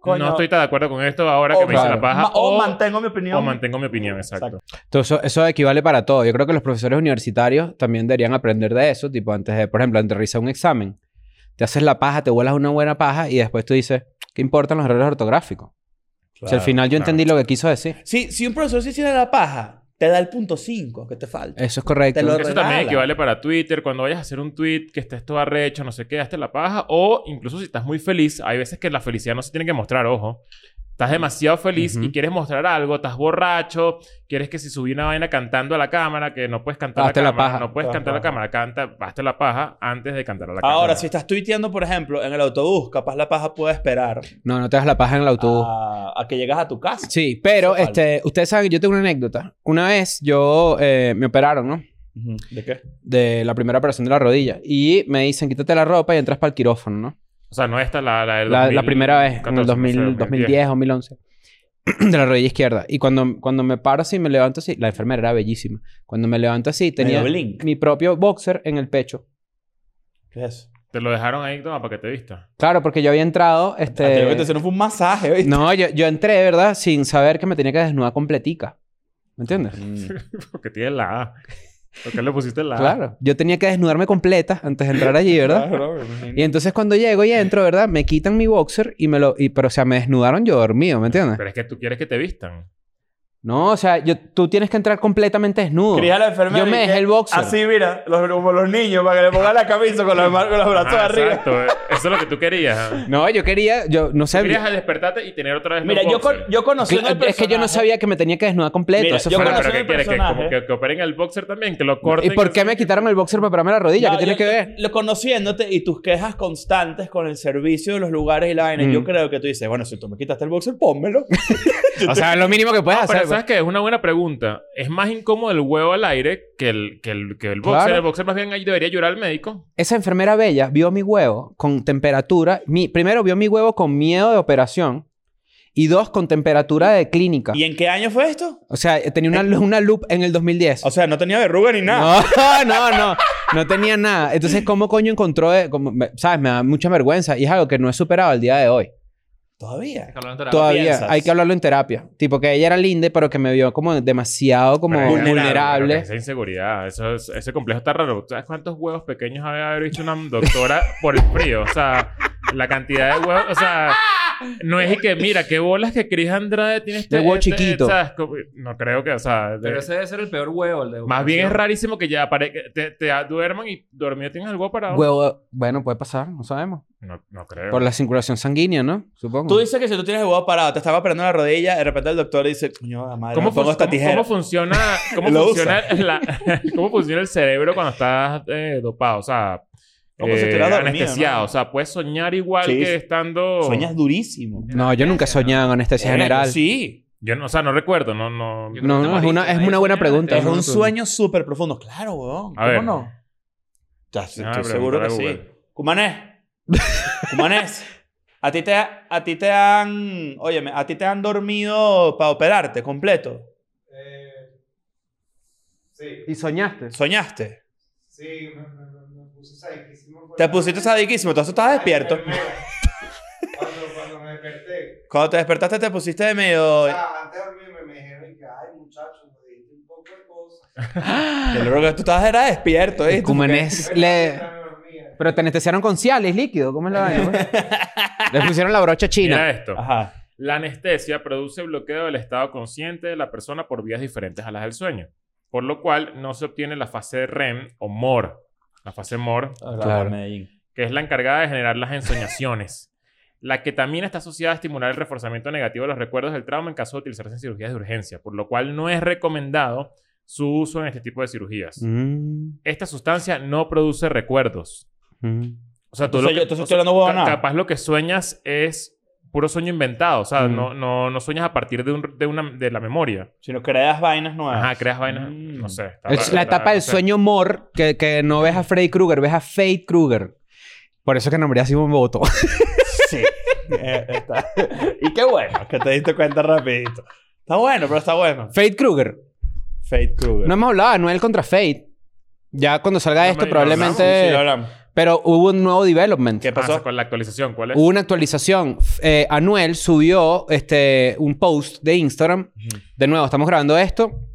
S2: Coño.
S3: No estoy tan de acuerdo con esto ahora que
S2: O-
S3: me hice
S1: claro.
S3: la paja.
S2: Ma- o,
S3: o,
S2: mantengo mi opinión.
S3: o mantengo mi opinión, exacto.
S1: Entonces, eso, eso equivale para todo. Yo creo que los profesores universitarios también deberían aprender de eso. Tipo, antes de, por ejemplo, antes de realizar un examen, te haces la paja, te vuelas una buena paja y después tú dices, ¿qué importan los errores ortográficos? si al final yo
S3: claro.
S1: entendí lo que quiso decir.
S2: Si, si un profesor se hiciera la paja, te da el punto 5 que te falta.
S1: Eso es correcto.
S2: Te lo
S3: Eso
S2: regala.
S3: también equivale para Twitter. Cuando vayas a hacer un tweet que estés todo arrecho, no sé qué, hazte la paja. O incluso si estás muy feliz, hay veces que la felicidad no se tiene que mostrar, ojo. Estás demasiado feliz
S1: Ujú.
S3: y quieres mostrar algo, estás borracho, quieres que si subí una vaina cantando a la cámara, que no puedes cantar
S1: Hazte
S3: a
S1: la
S3: la cámara,
S1: paja.
S3: no puedes
S2: Hazte
S3: cantar
S2: la
S3: a la cámara, canta, hazte la paja antes de cantar a la cámara.
S2: Ahora, si estás tuiteando, por ejemplo, en el autobús, capaz la paja puede esperar
S1: No, no te das la paja en el autobús.
S2: a, a que llegas a tu casa.
S1: Sí, pero
S2: Ah, Eso falta.
S1: este, ustedes saben que yo tengo una anécdota. Una vez yo eh, me operaron, ¿no?
S2: Ujú. ¿De qué?
S1: De la primera operación de la rodilla. Y me dicen, quítate la ropa y entras para el quirófano, ¿no?
S3: O sea, no esta, la, la del
S1: La, la
S3: 2014,
S1: primera vez, en el 2000,
S3: no sé,
S1: 2010, 2011. De la rodilla izquierda. Y cuando, cuando me paro así, me levanto así. La enfermera era bellísima. Cuando me levanto así, tenía
S2: Medio blink.
S1: mi propio boxer en el pecho.
S2: ¿Qué es eso?
S3: Te lo dejaron ahí, toma, para que te vistas.
S1: Claro, porque yo había entrado,
S2: Ah, te digo que
S1: este...
S2: te hicieron fue un masaje, ¿viste?
S1: No, yo, yo entré, ¿verdad? Sin saber que me tenía que desnudar completica. ¿Me entiendes?
S2: Mm.
S3: Porque tiene la A. Porque le pusiste la A.
S1: Claro. Yo tenía que desnudarme completa antes de entrar allí, ¿verdad?
S2: Claro, me imagino.
S1: Y entonces cuando llego y entro, ¿verdad? Me quitan mi boxer y me lo... y- pero, o sea, me desnudaron yo dormido, ¿me entiendes?
S3: Pero es que tú quieres que te vistan.
S1: No, o sea, yo, tú tienes que entrar completamente desnudo.
S2: Cris a la enfermera
S1: Yo me
S2: y
S1: dejé
S2: que-
S1: el boxer.
S2: Así, mira, los, como los niños, para que le pongan la camisa con los, mar- con los brazos
S3: Ah,
S2: arriba.
S3: Exacto. eh. Eso es lo que tú querías. ¿eh?
S1: No, yo quería... Yo no
S3: Tú
S1: sé...
S3: querías despertarte y tener otra vez los
S2: Mira, yo, con,
S3: boxers.
S2: yo conocí
S1: Cla- Es que yo no sabía que me tenía que desnudar completo.
S2: Mira,
S1: Eso
S2: yo
S1: fue
S3: Bueno,
S1: la-
S2: conocí-
S3: pero ¿qué
S2: un
S3: quieres? Que, como
S2: personaje.
S3: que, que operen el boxer también, que lo corten.
S1: ¿Y por qué me quitaron el boxer para operarme la rodilla? ¿Qué tiene que ver?
S2: Lo conociéndote y tus quejas constantes con el servicio de los lugares y la vaina,
S1: Mm.
S2: yo creo que tú dices, bueno, si tú me quitaste el boxer, pónmelo.
S1: O sea, es lo mínimo que puedes
S3: Ah,
S1: hacer. pues,
S3: pero ¿sabes qué? Es una buena pregunta. ¿Es más incómodo el huevo al aire que el, que el, que el boxer?
S1: Claro.
S3: El boxer más bien ahí debería llorar al médico.
S1: Esa enfermera bella vio mi huevo con temperatura. Mi, primero vio mi huevo con miedo de operación. Y dos, con temperatura de clínica.
S2: ¿Y en qué año fue esto?
S1: O sea, tenía una, lu- una loop en el 2010.
S2: Eh. O sea, no tenía verruga ni nada.
S1: No, no, no. No tenía nada. Entonces, ¿cómo coño encontró? eh, cómo- me- ¿Sabes? Me da mucha vergüenza. Y es algo que no he superado al día de hoy.
S2: Todavía.
S4: Carlos Antonio.
S1: Todavía
S2: piensas.
S1: hay que hablarlo en terapia. Tipo que ella era linda, pero que me vio como demasiado como
S3: Pero
S1: vulnerable.
S2: vulnerable.
S3: Pero que Esa inseguridad, eso es- ese complejo está raro. ¿Sabes cuántos huevos pequeños había haber visto una doctora por el frío? O sea, la cantidad de huevos. O sea, no es y que, mira, qué bolas que Cris Andrade tiene este.
S1: De huevo
S3: este-
S1: chiquito.
S3: ¿sabes? Como- No creo que, o sea. de-
S4: Pero ese debe ser el peor huevo, el de
S3: Más bien es
S4: raro.
S3: rarísimo que ya apare- que te, te duerman y dormido tienes el huevo parado.
S1: Huevo, bueno, puede pasar, no sabemos.
S3: No, no creo.
S1: Por la circulación sanguínea, ¿no? Supongo.
S2: Tú dices que si tú tienes el huevo parado, te estaba operando la rodilla, de repente el doctor dice, coño, la madre,
S3: ¿Cómo,
S2: me pongo
S3: fun-
S2: esta
S3: cómo-
S2: tijera.
S3: cómo funciona, cómo,
S2: Lo
S3: funciona la- cómo funciona el cerebro cuando estás eh, dopado? O sea,
S2: Como si
S3: eh,
S2: estuvieras dormido,
S3: anestesiado.
S2: ¿no?
S3: O sea, puedes soñar igual
S2: Sí, sí.
S3: que estando...
S2: Sueñas durísimo.
S1: No, yo nunca he soñado en anestesia
S2: Eh,
S1: general.
S2: Sí.
S3: Yo no, o sea, no recuerdo. No, no...
S4: Yo-
S1: No, no, es una, es una buena pregunta.
S2: Es
S4: Pero
S2: un
S1: tú-
S2: sueño súper profundo. Claro, weón.
S3: A
S2: ¿Cómo
S3: ver.
S2: no? Ya, sí,
S3: Ah,
S2: estoy
S3: preguntar
S2: seguro
S3: a
S2: que sí.
S3: Google.
S2: Cumanés. Cumanés. A ti te, a ti te han... Óyeme, a ti te han dormido para operarte completo.
S5: Eh, Sí,
S1: ¿Y soñaste?
S2: ¿Soñaste?
S5: sí, me, me, me, me puse sadiquísimo. por
S2: Te
S5: la
S2: pusiste
S5: mañana.
S2: sadiquísimo. Entonces estabas despierto.
S5: Cuando, cuando me desperté.
S2: Cuando te despertaste te pusiste de medio...
S5: O sea, antes de dormirme me dijeron que, ay, muchachos, me dijiste un poco de cosas.
S2: Yo creo que tú estabas era despierto, ¿eh?
S1: Cumanés
S5: Pero
S1: le...
S5: mientras me dormía.
S1: Pero te anestesiaron con Cialis líquido. ¿Cómo es la vaina? pues? Le pusieron la brocha
S3: Mira
S1: china.
S3: esto.
S2: Ajá.
S3: La anestesia produce bloqueo del estado consciente de la persona por vías diferentes a las del sueño. Por lo cual, no se obtiene la fase de REM o MOR. La fase MOR,
S1: Claro.
S2: Medellín.
S3: que es la encargada de generar las ensoñaciones. La ketamina está asociada a estimular el reforzamiento negativo de los recuerdos del trauma en caso de utilizarse en cirugías de urgencia, por lo cual no es recomendado su uso en este tipo de cirugías.
S1: Mm,
S3: Esta sustancia no produce recuerdos.
S1: mm.
S3: O sea, tú
S2: Entonces
S3: lo
S2: yo-
S3: que-
S2: entonces
S3: o sea,
S2: estoy hablando huevonada.
S3: ca- Capaz lo que sueñas es puro sueño inventado. O sea,
S1: Mm.
S3: no, no, no sueñas a partir de, un- de, una, de la memoria.
S2: Si no creas vainas nuevas.
S3: Ajá, creas vainas.
S2: Mm.
S3: No sé. está
S1: Ah, Es
S3: raro,
S1: la
S3: está-
S1: etapa
S3: no
S1: del
S3: sé.
S1: sueño mor, que, que no ves a Freddy Krueger, ves a Fate Krueger. Por eso que nombré a Simón Boto.
S2: Sí. Eh, está. Y qué bueno, que te diste cuenta rapidito. Está bueno, pero está bueno.
S1: Fate Krueger.
S2: Fate Kruger.
S1: No hemos hablado de Anuel contra Fate. Ya cuando salga
S3: No,
S1: esto,
S3: marico,
S1: probablemente. Ah,
S2: Sí, lo hablamos.
S1: Pero hubo un nuevo development.
S2: ¿Qué
S3: ¿Qué pasó?
S2: pasó?
S3: con la actualización, ¿cuál es?
S1: Hubo una actualización. F- eh, Anuel subió este, un post de Instagram. De nuevo, estamos grabando esto.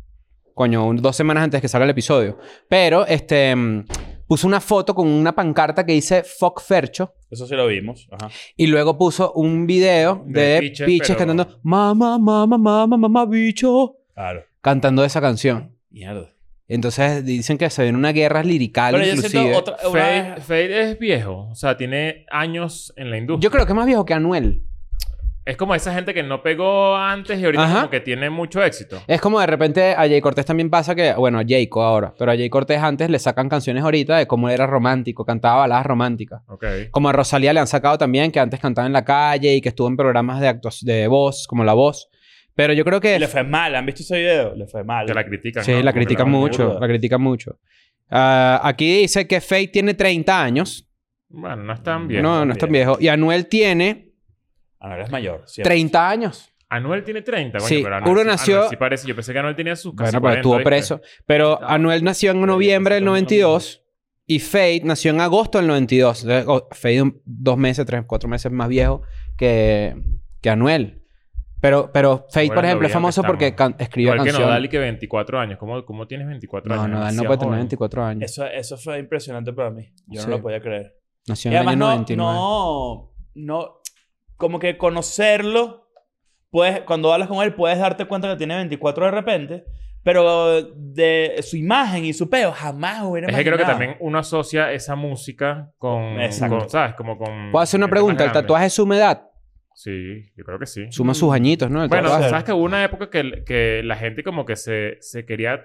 S1: Coño, un- dos semanas antes que salga el episodio. Pero este, mm, puso una foto con una pancarta que dice Fuck Fercho.
S2: Eso sí lo vimos. Ajá.
S1: Y luego puso un video
S3: De
S1: de,
S3: Piches,
S1: Piches,
S3: pero-
S1: cantando Mamá, mamá, mamá, mamá, bicho.
S2: Claro.
S1: Cantando esa canción.
S2: Mierda.
S1: Entonces dicen que se viene una guerra lirical
S2: Pero yo
S1: inclusive.
S2: siento otra. una
S3: Fade,
S2: vez-
S3: Fade es viejo. O sea, tiene años en la industria.
S1: Yo creo que es más viejo que Anuel.
S3: Es como esa gente que no pegó antes y ahorita
S1: Ajá.
S3: como que tiene mucho éxito.
S1: Es como de repente a Jay Cortés también pasa que, bueno, a Jayco ahora, pero a Jay Cortés antes le sacan canciones ahorita de cómo era romántico, cantaba baladas románticas.
S3: Ok.
S1: Como a Rosalía le han sacado también, que antes cantaba en la calle y que estuvo en programas de, actua- de voz, como La Voz. Pero yo creo que...
S2: Le fue mal. ¿Han visto ese video? Le fue mal.
S3: Que la critican.
S1: sí,
S3: ¿no?
S1: la
S3: Como que
S1: critican
S3: no-
S1: mucho,
S2: burda.
S1: la critican mucho. Ah, aquí dice que Faye tiene 30 años.
S3: Bueno, no es tan viejo.
S1: no, no es tan viejo. Y Anuel tiene
S2: Ah, no, eres mayor. siempre.
S1: 30 años.
S3: Anuel tiene 30, coño,
S1: Sí,
S3: pero Anuel,
S1: uno
S3: sí-
S1: nació-
S3: Anuel sí parece. Yo pensé que Anuel tenía sus casi
S1: bueno, pero
S3: 40,
S1: estuvo
S3: ¿viste?
S1: preso. Pero
S4: No.
S1: Anuel nació en
S2: Pero
S1: noviembre del
S2: yo pensé que no,
S1: 92 y Fate nació en agosto del 92. Entonces, o- Fate un- dos meses, tres, cuatro meses más viejo que, que Anuel. Pero, pero Fate,
S3: Bueno,
S1: por
S3: lo
S1: ejemplo, es
S3: viejo que
S1: famoso porque
S3: estamos.
S1: can- escribió
S3: Igual que Nodal y
S1: canciones.
S3: que 24 años. ¿Cómo, cómo tienes 24
S1: No,
S3: años?
S1: Nodal no
S3: Demasiado
S1: puede tener
S3: joven.
S1: 24 años.
S2: Eso, eso fue impresionante para mí. Yo
S1: Sí.
S2: no lo podía creer.
S1: Nació
S2: Y
S1: en el año
S2: además no,
S1: 99.
S2: no, no, como que conocerlo, pues cuando hablas con él puedes darte cuenta que tiene 24 de repente, pero de su imagen y su peo jamás hubiera
S3: Es que creo que
S2: imaginado.
S3: también uno asocia esa música con,
S2: Exacto.
S3: con, ¿sabes? Como con...
S1: ¿Puedo hacer una
S3: gente más
S1: pregunta? ¿El
S3: grande.
S1: tatuaje es suma edad?
S3: Sí, yo creo que sí.
S1: Suma sus añitos, ¿no? El
S3: Bueno,
S1: tatuaje.
S3: sabes que hubo una época que, que la gente como que se, se quería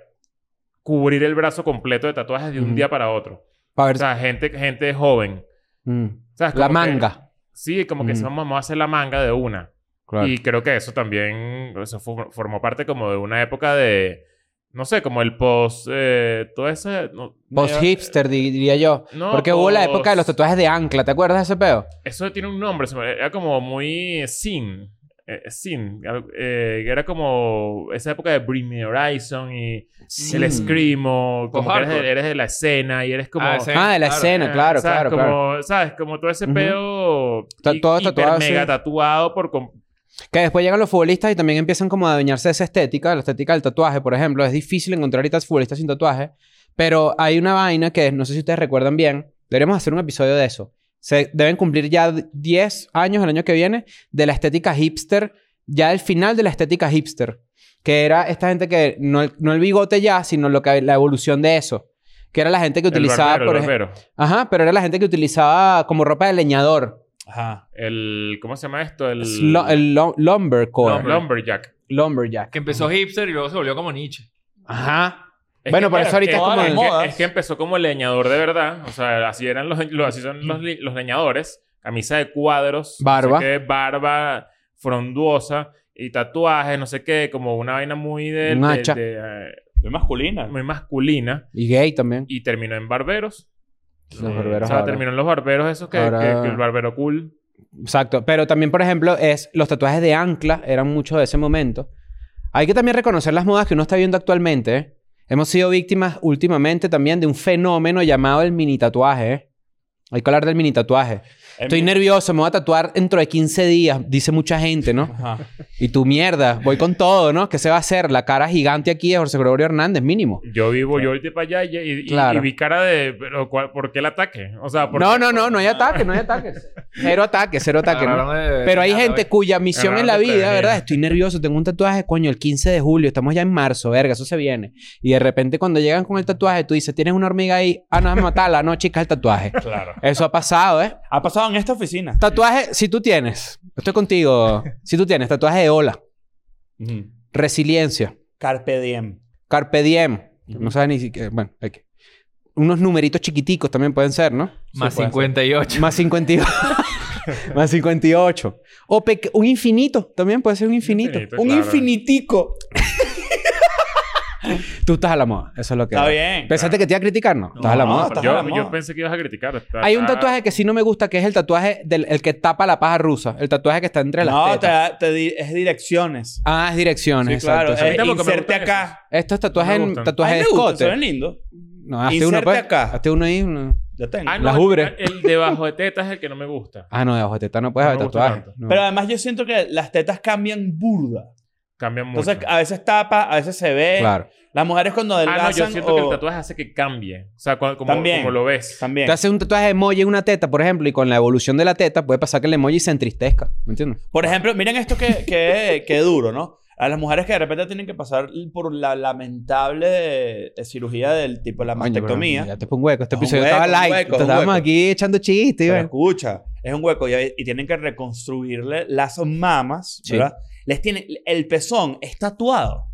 S3: cubrir el brazo completo de tatuajes de un
S1: Ujú.
S3: día para otro.
S1: Para
S3: O
S1: ver-
S3: sea, gente, gente joven.
S1: Mm.
S3: ¿Sabes?
S1: La
S3: Como que-
S1: manga.
S3: sí, como que
S1: Ujú.
S3: se vamos a hacer la manga de una.
S1: Claro.
S3: Y creo que eso también eso fu- formó parte como de una época de, no sé, como el post, eh, todo ese... No,
S1: Post-hipster, di- diría yo.
S3: no,
S1: Porque hubo la época de los
S3: post-
S1: tatuajes de ancla. ¿Te acuerdas de ese peo?
S3: Eso tiene un nombre, se me- era como muy sin. eh, sin. eh, era como esa época de Bring Me Horizon y el
S1: Mm.
S3: escrimo. Como que eres,
S4: Post-hardcore.
S3: de- eres de la escena y eres como.
S4: Ah, sí.
S1: Ah, de la
S4: Claro.
S1: escena, claro,
S3: ¿sabes?
S1: claro,
S3: como,
S1: claro.
S3: ¿Sabes? Como todo ese
S1: Ujú.
S3: peo.
S1: Ta-
S3: hi-
S1: todo
S3: hiper
S1: tatuado, sí.
S3: mega tatuado por. com-
S1: Que después llegan los futbolistas y también empiezan como a adueñarse de esa estética, la estética del tatuaje, por ejemplo. Es difícil encontrar ahorita futbolistas sin tatuaje. Pero hay una vaina que no sé si ustedes recuerdan bien. Deberíamos hacer un episodio de eso. Se deben cumplir ya 10 años el año que viene de la estética hipster, ya el final de la estética hipster. Que era esta gente que, no el, no el bigote ya, sino lo que, la evolución de eso. Que era la gente que
S3: El
S1: utilizaba,
S3: barbero,
S1: por e-
S3: el
S1: ejemplo.
S3: barbero.
S1: Ajá, pero era la gente que utilizaba como ropa de leñador.
S2: Ajá.
S3: El- ¿Cómo se llama esto? El.
S1: Slo- el lo- lumbercore.
S3: Lumber- Lumberjack.
S1: Lumberjack.
S4: Que empezó hipster y luego se volvió como Nietzsche.
S1: Ajá. Bueno, por eso ahorita
S3: es
S1: es como
S3: que-
S1: de
S3: es que,
S2: modas.
S3: es que empezó como leñador de verdad. O sea, así eran los, los- así son los, li- los leñadores. Camisa de cuadros. no
S1: Barba.
S3: sé qué, barba fronduosa. Y tatuajes, no sé qué. Como una vaina muy de...
S1: Un
S3: de-
S1: hacha.
S3: de, eh,
S2: Muy masculina.
S3: muy masculina.
S1: Y gay también.
S3: Y terminó en barberos.
S1: Los
S3: Eh,
S1: barberos
S3: O sea,
S1: ahora.
S3: terminó en los barberos esos que, que-
S1: Ahora-
S3: que el barbero cool.
S1: Exacto. Pero también, por ejemplo, es los tatuajes de ancla eran mucho de ese momento. Hay que también reconocer las modas que uno está viendo actualmente. ¿eh? Hemos sido víctimas últimamente también de un fenómeno llamado el mini tatuaje. ¿eh? Hay que hablar del mini tatuaje. Estoy nervioso, me voy a tatuar dentro de 15 días, dice mucha gente, ¿no?
S2: Ajá.
S1: Y tú, mierda, voy con todo, ¿no? ¿Qué se va a hacer? La cara gigante aquí de Jorge Gregorio Hernández, mínimo.
S3: Yo vivo, yo volteé para allá y, y- y-
S1: Claro.
S3: y vi cara de... Pero, ¿cuál- ¿Por qué el ataque? O sea, Ah, ¿por
S1: No,
S3: qué?
S1: no, no, no hay ataque, no hay ataques. Cero ataques, cero ataques, ¿no? Pero hay gente cuya misión en la
S3: Agarraron de
S1: vida,
S3: prevenida.
S1: ¿verdad? Estoy nervioso, tengo un tatuaje, coño, el 15 de julio, estamos ya en marzo, verga, eso se viene. Y de repente cuando llegan con el tatuaje, tú dices, tienes una hormiga ahí, ah, no, vamos a matarla, no, chicas, el tatuaje.
S2: Claro.
S1: Eso ha pasado, ¿eh?
S2: Ha pasado en esta oficina.
S1: Tatuaje, si tú tienes, estoy contigo, si tú tienes tatuaje de ola,
S2: Ujú.
S1: resiliencia,
S2: Carpe diem.
S1: carpe diem, no sabes ni siquiera, bueno, ok. Unos numeritos chiquiticos también pueden ser, ¿no?
S4: Más
S2: Sí, puede ser.
S4: 58.
S1: Más 58. Más 58. O peque- un infinito. También puede ser un infinito.
S3: Infinito, claro.
S2: infinitico.
S1: Tú estás a la moda. Eso es lo que...
S2: Está bien.
S1: ¿Pensaste que te iba a criticar? No. Estás a la
S2: No,
S1: moda.
S2: estás a la
S3: Yo,
S2: moda.
S3: yo pensé que ibas a criticar. Está-
S1: Hay un
S3: está-
S1: tatuaje que sí no me gusta, que es el tatuaje del el que tapa la paja rusa. El tatuaje que está entre las
S2: No, te,
S1: tetas.
S2: da- te di- es direcciones.
S1: Ah, es direcciones.
S2: sí,
S1: exacto.
S2: claro.
S1: exacto.
S2: Eh,
S3: Ahorita porque me
S2: inserte
S3: gustan esos.
S2: acá.
S1: Estos tatuajes,
S3: me
S1: en-
S3: gustan.
S1: tatuajes
S2: Ay,
S1: de
S2: me gustan,
S1: escote.
S2: son lindos.
S1: No, hazte uno,
S2: Inserte
S1: pues.
S2: acá.
S1: Hazte uno ahí. uno.
S2: Yo tengo.
S3: Ah, no,
S1: Las
S3: el-
S1: Uber.
S3: El, debajo de tetas es el que no me gusta.
S1: Ah, no, de abajo de teta no puedes
S3: No
S1: haber
S3: me gusta
S1: tatuaje.
S3: tanto.
S1: No.
S2: Pero además yo siento que las tetas cambian burda.
S3: Cambia mucho.
S2: Entonces, a veces tapa, a veces se ve.
S1: Claro.
S2: Las mujeres cuando
S3: ah, no, yo
S2: adelgazan
S3: siento que el
S2: o-
S3: tatuaje hace que cambie. O sea, cu- como,
S2: También.
S3: como lo ves.
S2: También.
S1: Te haces un tatuaje de emoji en una teta, por ejemplo, y con la evolución de la teta puede pasar que el emoji se entristezca. ¿Me entiendes?
S2: Por ejemplo, miren esto que, que, que duro, ¿no? A las mujeres que de repente tienen que pasar por la lamentable eh, cirugía del tipo la
S1: Coño, pero
S2: mastectomía.
S1: Ya te pongo un hueco. Este
S2: Es un
S1: episodio
S2: hueco,
S1: estaba
S2: un
S1: light.
S2: hueco,
S1: Entonces
S2: un
S1: estábamos
S2: hueco.
S1: aquí echando chistes.
S2: Pero
S1: ¿verdad?
S2: escucha, es un hueco y, y tienen que reconstruirle las mamas,
S1: Sí.
S2: ¿verdad? Les tiene, el pezón es tatuado.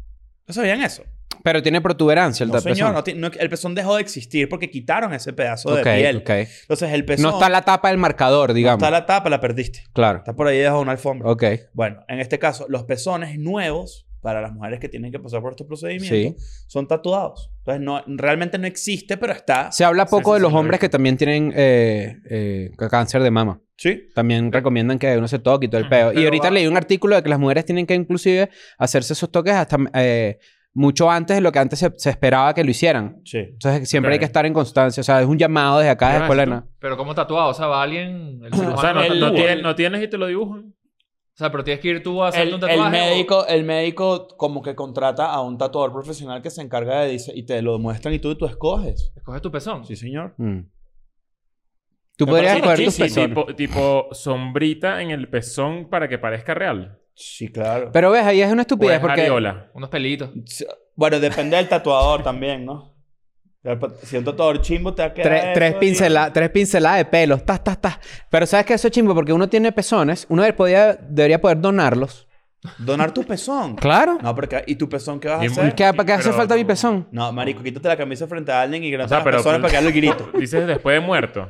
S2: ¿No sabían eso?
S1: Pero tiene protuberancia el
S2: No,
S1: tatuaje.
S2: señor, no ti- no- el pezón dejó de existir porque quitaron ese pedazo
S1: Ok,
S2: de piel.
S1: ok.
S2: Entonces el pezón
S1: No está la tapa del marcador,
S2: no
S1: digamos.
S2: está la tapa, la perdiste.
S1: Claro.
S2: Está por ahí debajo de una alfombra.
S1: Ok.
S2: Bueno, en este caso, los pezones nuevos para las mujeres que tienen que pasar por estos
S1: Sí.
S2: procedimientos son tatuados. Entonces no, realmente no existe, pero está.
S1: Se habla
S3: Sí,
S1: poco
S3: sí,
S1: de
S3: sí,
S1: los
S3: lo he
S1: hombres
S3: visto.
S1: que también tienen eh, eh, c- cáncer de mama.
S2: Sí.
S1: También recomiendan que uno se toque y todo el
S3: Mm,
S1: pedo. Y
S3: pero
S1: ahorita
S3: va-
S1: leí un artículo de que las mujeres tienen que inclusive hacerse esos toques hasta eh, mucho antes de lo que antes se, se esperaba que lo hicieran.
S2: Sí.
S1: Entonces siempre hay
S3: Ok.
S1: que estar en constancia. O sea, es un llamado desde acá,
S3: ¿Qué
S1: de
S3: vas
S1: Ah, escuela.
S3: tú?
S1: de Nada.
S4: Pero como tatuado, o sea, va alguien. El
S3: O sea, no,
S2: El-
S3: no
S2: el-
S3: tienes, no tienes y te lo dibujan.
S4: O sea, pero tienes que ir tú a hacerte
S2: El,
S4: un
S2: el
S4: tatuaje. o-
S2: médico, el médico como que contrata a un tatuador profesional que se encarga de dice, y te lo muestran y tú, tú escoges.
S4: Escoges tu pezón.
S2: Sí, señor.
S1: Mm. Tú
S2: Me
S1: podrías escoger
S2: parece
S1: tus
S2: Sí,
S3: Sí,
S2: sí,
S1: pezones.
S3: tipo, tipo sombrita en el pezón para que parezca real.
S2: Sí, claro.
S1: Pero ves, ahí es una
S3: O
S1: estupidez
S3: es
S1: porque...
S3: areola.
S4: Unos pelitos.
S2: Sí, Bueno, depende del tatuador también, ¿no? pues, Si un tatuador chimbo te va a quedar
S1: Tres, tres,
S2: eso y-
S1: pincela- tres pinceladas de pelos, tas, tas, tas. Pero sabes que eso es chimbo porque uno tiene pezones, uno de- podía- debería poder donarlos.
S2: Donar tu pezón.
S1: Claro.
S2: No, porque... ¿Y tu pezón qué vas a
S3: Y-
S2: hacer?
S1: ¿Qué, ¿Para qué hace
S3: Pero
S1: falta mi
S3: no.
S1: pezón?
S2: No, marico, quítate la camisa frente a alguien y grita
S3: O sea,
S2: las
S3: pero-
S2: personas para que haga el grito.
S3: Dices después de muerto.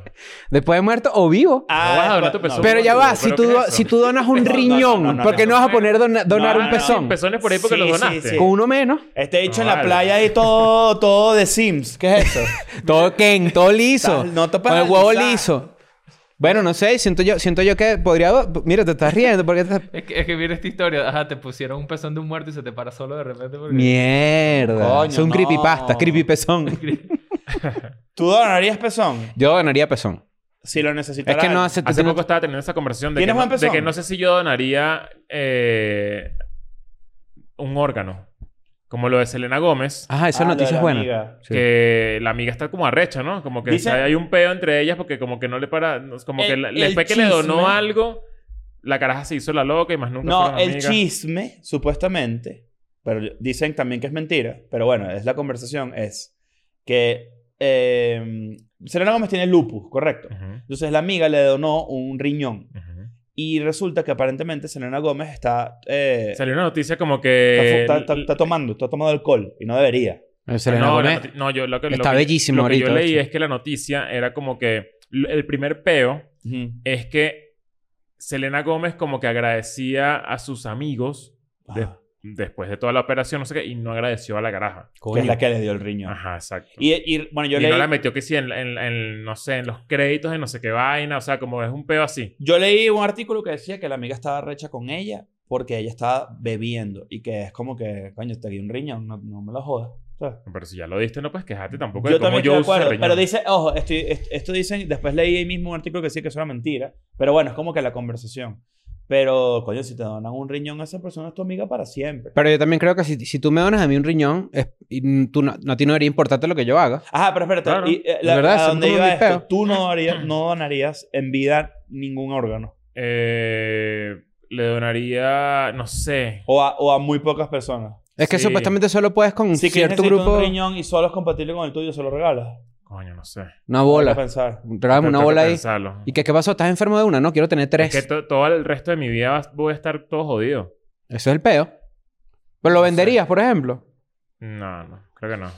S1: Después de muerto o vivo.
S2: Ah,
S3: vas a
S2: pa-
S3: donar tu pezón.
S1: Pero ya
S3: no,
S1: va,
S3: pero
S1: si
S3: ¿qué
S1: tú,
S3: es
S1: do-
S3: eso?
S1: si tú donas un
S2: No, no,
S1: riñón,
S2: no, no,
S1: ¿por qué
S2: no.
S1: no vas a poner dona- donar
S2: No,
S1: un
S2: no,
S1: pezón?
S3: Pezones por ahí porque
S2: Mm. Sí,
S3: los
S2: sí,
S3: donaste.
S2: sí.
S1: Con uno menos.
S2: Este dicho
S3: No,
S2: en la
S3: vale.
S2: playa ahí todo, todo de Sims. ¿Qué es eso?
S1: Todo Ken, todo liso.
S2: Tal, no te
S1: Con el huevo
S2: paralizas.
S1: liso. Bueno, no sé, siento yo, siento yo que podría... do- Mira, te estás riendo porque... te estás-
S4: Es que, es que viene esta historia. Ajá, te pusieron un pezón de un muerto y se te para solo de repente. Porque...
S1: Mierda.
S2: Coño,
S1: Son
S2: no.
S1: creepypasta, creepy pezón.
S2: ¿Tú donaría pezón?
S1: Yo donaría pezón.
S2: Si lo necesitas.
S1: Es que no hace...
S3: Hace poco estaba teniendo esa conversación de que,
S2: ¿Tienes
S3: no,
S2: buen pezón?
S3: de que no sé si yo donaría eh, un órgano. Como lo de Selena Gómez.
S2: Ah,
S1: Ajá, esa noticia es buena. Sí.
S3: Que la amiga está como arrecha, ¿no? Como que
S2: Dice-
S3: o sea, hay un peo entre ellas porque como que no le para... no, Como que
S2: El-
S3: la-
S2: el
S3: después que le donó
S2: chisme.
S3: algo, la caraja se hizo la loca y más nunca
S2: No,
S3: fueron
S2: el
S3: amigas.
S2: chisme, supuestamente, pero dicen también que es mentira, pero bueno, es la conversación, es que eh, Selena Gómez tiene lupus, correcto.
S3: Ujú,
S2: Entonces la amiga le donó un riñón
S3: ujú.
S2: y resulta que aparentemente Selena Gómez está... eh,
S3: Salió una noticia como
S2: está
S3: que...
S2: fu- está, está- está tomando, está tomando alcohol y no debería.
S1: Selena
S3: no, la
S1: Gomez.
S3: noti- no, yo lo que... lo
S1: ¿eh? Está
S3: que-
S1: bellísimo
S3: Lo que yo
S1: ahorita,
S3: leí
S1: de hecho.
S3: es que la noticia era como que l- el primer peo
S2: Ujú.
S3: es que Selena Gómez como que agradecía a sus amigos de-
S2: Ah,
S3: después de toda la operación, no sé qué, y no agradeció a la garaja.
S2: que es la que le dio el riñón.
S3: Ajá, exacto. Y,
S2: Y, y, bueno, yo
S3: no
S2: leí,
S3: la metió que sí en, en- en, no sé, en los créditos de no sé qué vaina, o sea, como es un peo así.
S2: yo leí un artículo que decía que la amiga estaba recha con ella porque ella estaba bebiendo y que es como que, coño, te di un riñón, no, no me lo jodas. ¿sabes?
S3: Pero si ya lo diste, no puedes quejarte tampoco de
S2: Yo
S3: cómo
S2: también estoy de
S3: Joe usa
S2: acuerdo.
S3: riñón.
S2: Pero dice, ojo, estoy- est- esto dicen, después leí ahí mismo un artículo que decía que eso era mentira. Pero bueno, es como que la conversación. Pero, coño, si te donan un riñón, esa persona es tu amiga para siempre.
S1: Pero yo también creo que si, si tú me donas a mí un riñón, es, y tú no, no- a ti no debería importarte lo que yo haga.
S2: Ajá, pero espérate.
S3: Claro.
S2: Y, eh,
S1: Es
S2: la,
S1: verdad,
S2: a
S1: son
S2: donde
S1: como
S2: iba
S1: mis
S2: esto,
S1: peos.
S2: tú no donarías, no donarías en vida ningún órgano.
S3: Eh, le donaría, no sé.
S2: O a, o a muy pocas personas.
S1: Es que
S3: Sí.
S1: supuestamente solo puedes con
S2: Si quieres
S1: cierto
S2: necesitar
S1: grupo...
S2: un riñón y solo es compatible con el tuyo, se lo regalas.
S3: Coño, no sé.
S1: Una
S2: Hay que
S1: bola.
S2: pensar.
S1: Regálame
S3: Tengo
S1: una
S3: que
S1: bola ahí.
S3: pensarlo.
S1: ¿Y qué, qué pasó? ¿Estás enfermo de una? No, quiero tener
S3: Es
S1: tres.
S3: que to- todo el resto de mi vida vas- voy a estar todo jodido.
S1: Eso es el peo. Pero lo
S3: No sé.
S1: venderías, por ejemplo.
S3: No, no, creo que no.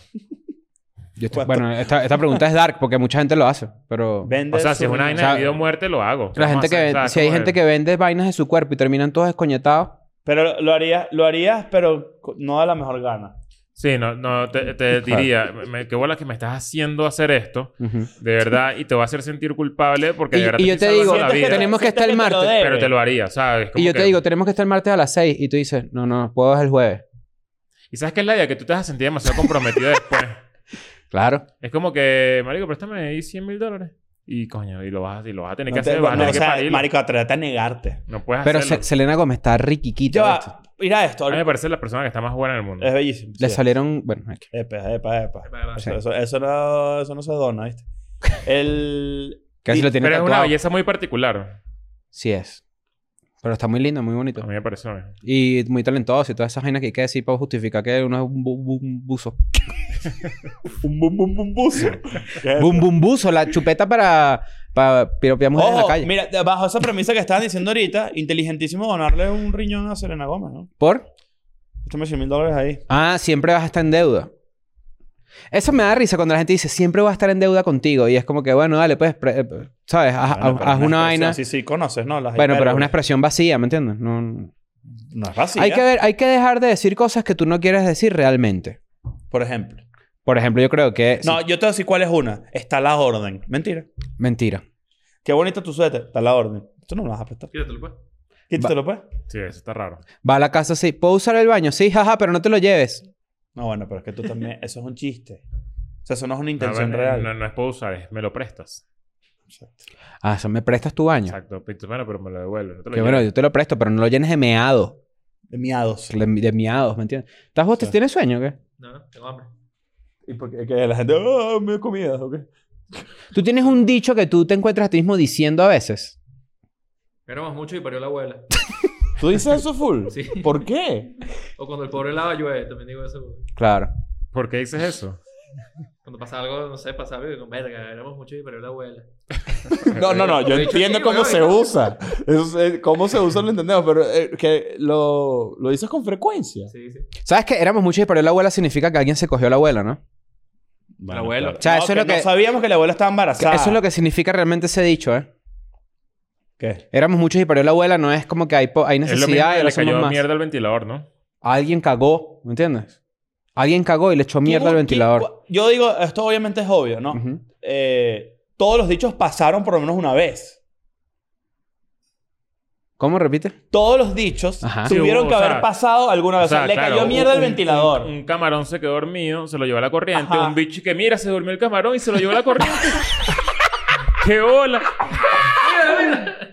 S1: Yo estoy-
S2: ¿Cuánto?
S1: bueno, esta, esta pregunta es dark porque mucha gente lo hace, pero...
S2: Vende
S3: O sea, si
S2: su
S3: es una
S2: riñón.
S1: O
S3: vaina de
S1: sea,
S3: vida o muerte, lo hago.
S1: La gente que
S3: Vamos a-
S1: vende-
S3: o sea,
S1: si hay
S3: como
S1: gente
S3: el-
S1: que vende vainas de su cuerpo y terminan todos descoñetados,
S2: Pero lo harías, lo harías, pero co- no de la mejor gana.
S3: Sí, no, no, te, te diría, me- qué bola que me estás haciendo hacer esto,
S1: ujú.
S3: de verdad, y te va a hacer sentir culpable porque
S1: Y-
S3: de verdad
S1: y yo
S3: estoy
S1: te digo,
S3: salvando la vida,
S1: tenemos que
S2: Sientes
S1: estar el
S2: te lo
S1: martes,
S2: debe.
S3: pero te lo haría, ¿sabes? Como
S1: Y yo te
S3: que-
S1: digo, tenemos que estar el martes a las 6 y tú dices, no, no, puedo es el jueves.
S3: Y sabes que es la idea que tú te vas a sentir demasiado comprometido después.
S1: Claro.
S3: Es como que, marico, préstame ahí 100 mil dólares. Y coño, y lo vas, a- y lo vas a tener
S2: No
S3: que
S2: te-
S3: hacer, vas a
S2: no,
S3: tener
S2: o
S3: que
S2: sea,
S3: parirlo.
S2: marico, trata de negarte.
S3: No puedes
S1: Pero
S3: hacerlo.
S1: Se- Selena Gómez está riquiquita.
S2: Ya
S1: de
S2: va,
S1: esto.
S2: mira esto.
S3: A mí me parece la persona que está más buena en el mundo.
S1: Eh,
S2: Es bellísimo.
S1: Le
S2: sí.
S1: salieron, bueno, aquí.
S2: Epa, epa, epa.
S4: Epa, epa.
S2: Eso, eso- eso no, eso no se dona, ¿viste? El...
S1: casi
S2: Y-
S1: lo tiene
S3: Pero es una
S1: tatuado.
S3: belleza muy particular.
S1: Sí es. Pero está muy lindo, muy
S3: A
S1: bonito.
S3: mí me parece lo mismo.
S1: Y muy talentoso y todas esas vainas que hay que decir para justificar que uno es un, bu- bu- un buzo.
S2: Un bum bum bum buzo. ¿Qué es?
S1: Bum, bum, buzo. La chupeta para, para piropear mujeres en
S2: Ojo,
S1: la calle.
S2: mira, de- bajo esa premisa que estaban diciendo ahorita, inteligentísimo donarle un riñón a Selena Gómez, ¿no?
S1: ¿Por?
S2: Échame 100 mil dólares ahí.
S1: Ah, siempre vas a estar en deuda. Eso me da risa cuando la gente dice, siempre voy a estar en deuda contigo. Y es como que, bueno, dale, pues, pre- eh, ¿sabes? Haz,
S2: Bueno,
S1: haz-
S2: pero
S1: haz una vaina.
S2: Sí, sí, conoces, ¿no? Las
S1: Bueno, pero es una
S2: hipérboles.
S1: expresión vacía, ¿me entiendes? No- no-
S2: No es fácil.
S1: hay, que ver, hay que dejar de decir cosas que tú no quieres decir realmente.
S2: Por ejemplo.
S1: Por ejemplo, yo creo que...
S2: No, yo te voy a decir cuál es una. Está la orden. Mentira.
S1: Mentira.
S2: Qué bonito tu suéter. Está la orden. Tú no me lo vas a prestar.
S4: Quítatelo, pues.
S2: Quítatelo, pues.
S3: Sí, eso está raro.
S1: Va a la casa así. ¿Puedo usar el baño? Sí, jaja, pero no te lo lleves.
S2: No, bueno, pero es que tú también. Eso es un chiste. O sea, eso no es una
S3: No,
S2: intención
S3: no,
S2: real.
S3: Ah, No, no es puedo usar, es me lo prestas.
S2: Exacto.
S1: Ah, eso me prestas tu baño.
S3: Exacto. Pito, Bueno, pero me lo devuelve. No te lo
S1: Que bueno,
S3: llevo.
S1: yo te lo presto, pero no lo llenes de meado.
S2: De miados.
S1: De, de miados, ¿me entiendes? ¿Estás vos? te-
S2: Sí.
S1: ¿Tienes sueño o qué?
S4: No, no, tengo hambre.
S2: Y porque que la gente. ¡Ah, me he comido! ¿o qué?
S1: Tú tienes un dicho que tú te encuentras a ti mismo diciendo a veces.
S4: Éramos mucho y parió la abuela.
S2: ¿Tú dices eso full?
S4: Sí.
S2: ¿Por qué?
S4: O cuando el pobre lava llueve, también digo eso.
S1: Claro.
S3: ¿Por qué dices eso?
S4: Cuando pasa algo, no sé, pasa algo y digo, verga, éramos mucho y parió la abuela.
S2: No, no, no. Yo
S4: Lo he dicho
S2: entiendo
S4: aquí,
S2: cómo
S4: weón.
S2: se usa. Eso es- cómo se usa lo entendemos, pero eh, que lo, lo dices con frecuencia.
S4: Sí, sí.
S1: ¿Sabes que éramos muchos y pero la abuela significa que alguien se cogió a la abuela, ¿no?
S2: Bueno,
S4: abuelo.
S2: claro.
S1: O sea,
S2: No,
S1: eso es lo que-
S2: No sabíamos que la abuela estaba embarazada.
S1: Eso es lo que significa realmente ese dicho, ¿eh?
S2: ¿Qué?
S1: Éramos muchos y pero la abuela no es como que hay, po- hay
S3: Es lo mismo
S1: necesidad y
S3: que
S1: ahora
S3: le
S1: somos
S3: cayó
S1: más.
S3: mierda al ventilador, ¿no?
S1: Alguien cagó, ¿me entiendes? Alguien cagó y le echó mierda al
S2: ¿Tú-
S1: ventilador.
S2: qué- Yo digo, esto obviamente es obvio, ¿no?
S1: Ujú.
S2: Eh, todos los dichos pasaron por lo menos una vez.
S1: ¿Cómo repite?
S2: Todos los dichos
S1: Ajá.
S2: tuvieron
S3: Sí, o
S2: que
S3: sea,
S2: haber pasado alguna vez. O sea, le
S3: claro,
S2: cayó
S3: un-
S2: mierda al
S3: un-
S2: ventilador.
S3: Un, un camarón se quedó dormido, se lo llevó a la corriente.
S2: Ajá.
S3: Un bicho que mira, se durmió el camarón y se lo llevó a la corriente. ¡Qué bola!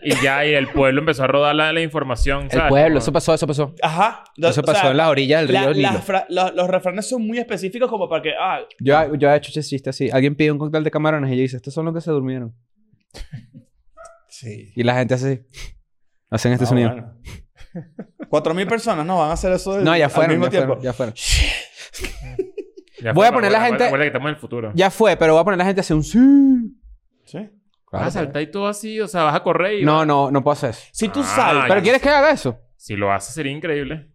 S3: y ya, y el pueblo empezó a rodar la, la información. ¿sabes?
S1: El pueblo,
S3: Como-
S1: eso pasó, eso pasó.
S2: Ajá. Do-
S1: Eso
S2: o
S1: pasó
S2: sea,
S1: en las orillas del
S2: la-
S1: río Nilo.
S2: las fra- los, los refranes son muy específicos como para que... Ah,
S1: Yo, yo he hecho ese chiste así. Alguien pide un cóctel de camarones y ella dice, estos son los que se durmieron.
S2: sí.
S1: Y la gente hace así. Hacen
S3: Ah,
S1: este sonido.
S2: Cuatro mil personas no van a hacer eso del-
S1: No, ya
S2: al
S1: fueron,
S2: mismo
S1: ya
S2: tiempo.
S1: fueron, ya fueron.
S3: Ya
S1: Voy
S3: fue,
S1: a poner la
S3: acuérdate-
S1: gente-
S3: Acuérdate que estamos en el futuro.
S1: Ya fue, pero voy a poner a la gente a hacer un sí.
S2: Sí.
S1: Claro.
S3: vas a saltar y todo así, o sea, vas a correr y.
S1: No, no, no puedo hacer eso.
S2: Si tú
S3: Ah,
S2: saltas...
S1: ¿Pero quieres que haga eso?
S3: Si lo haces, sería increíble.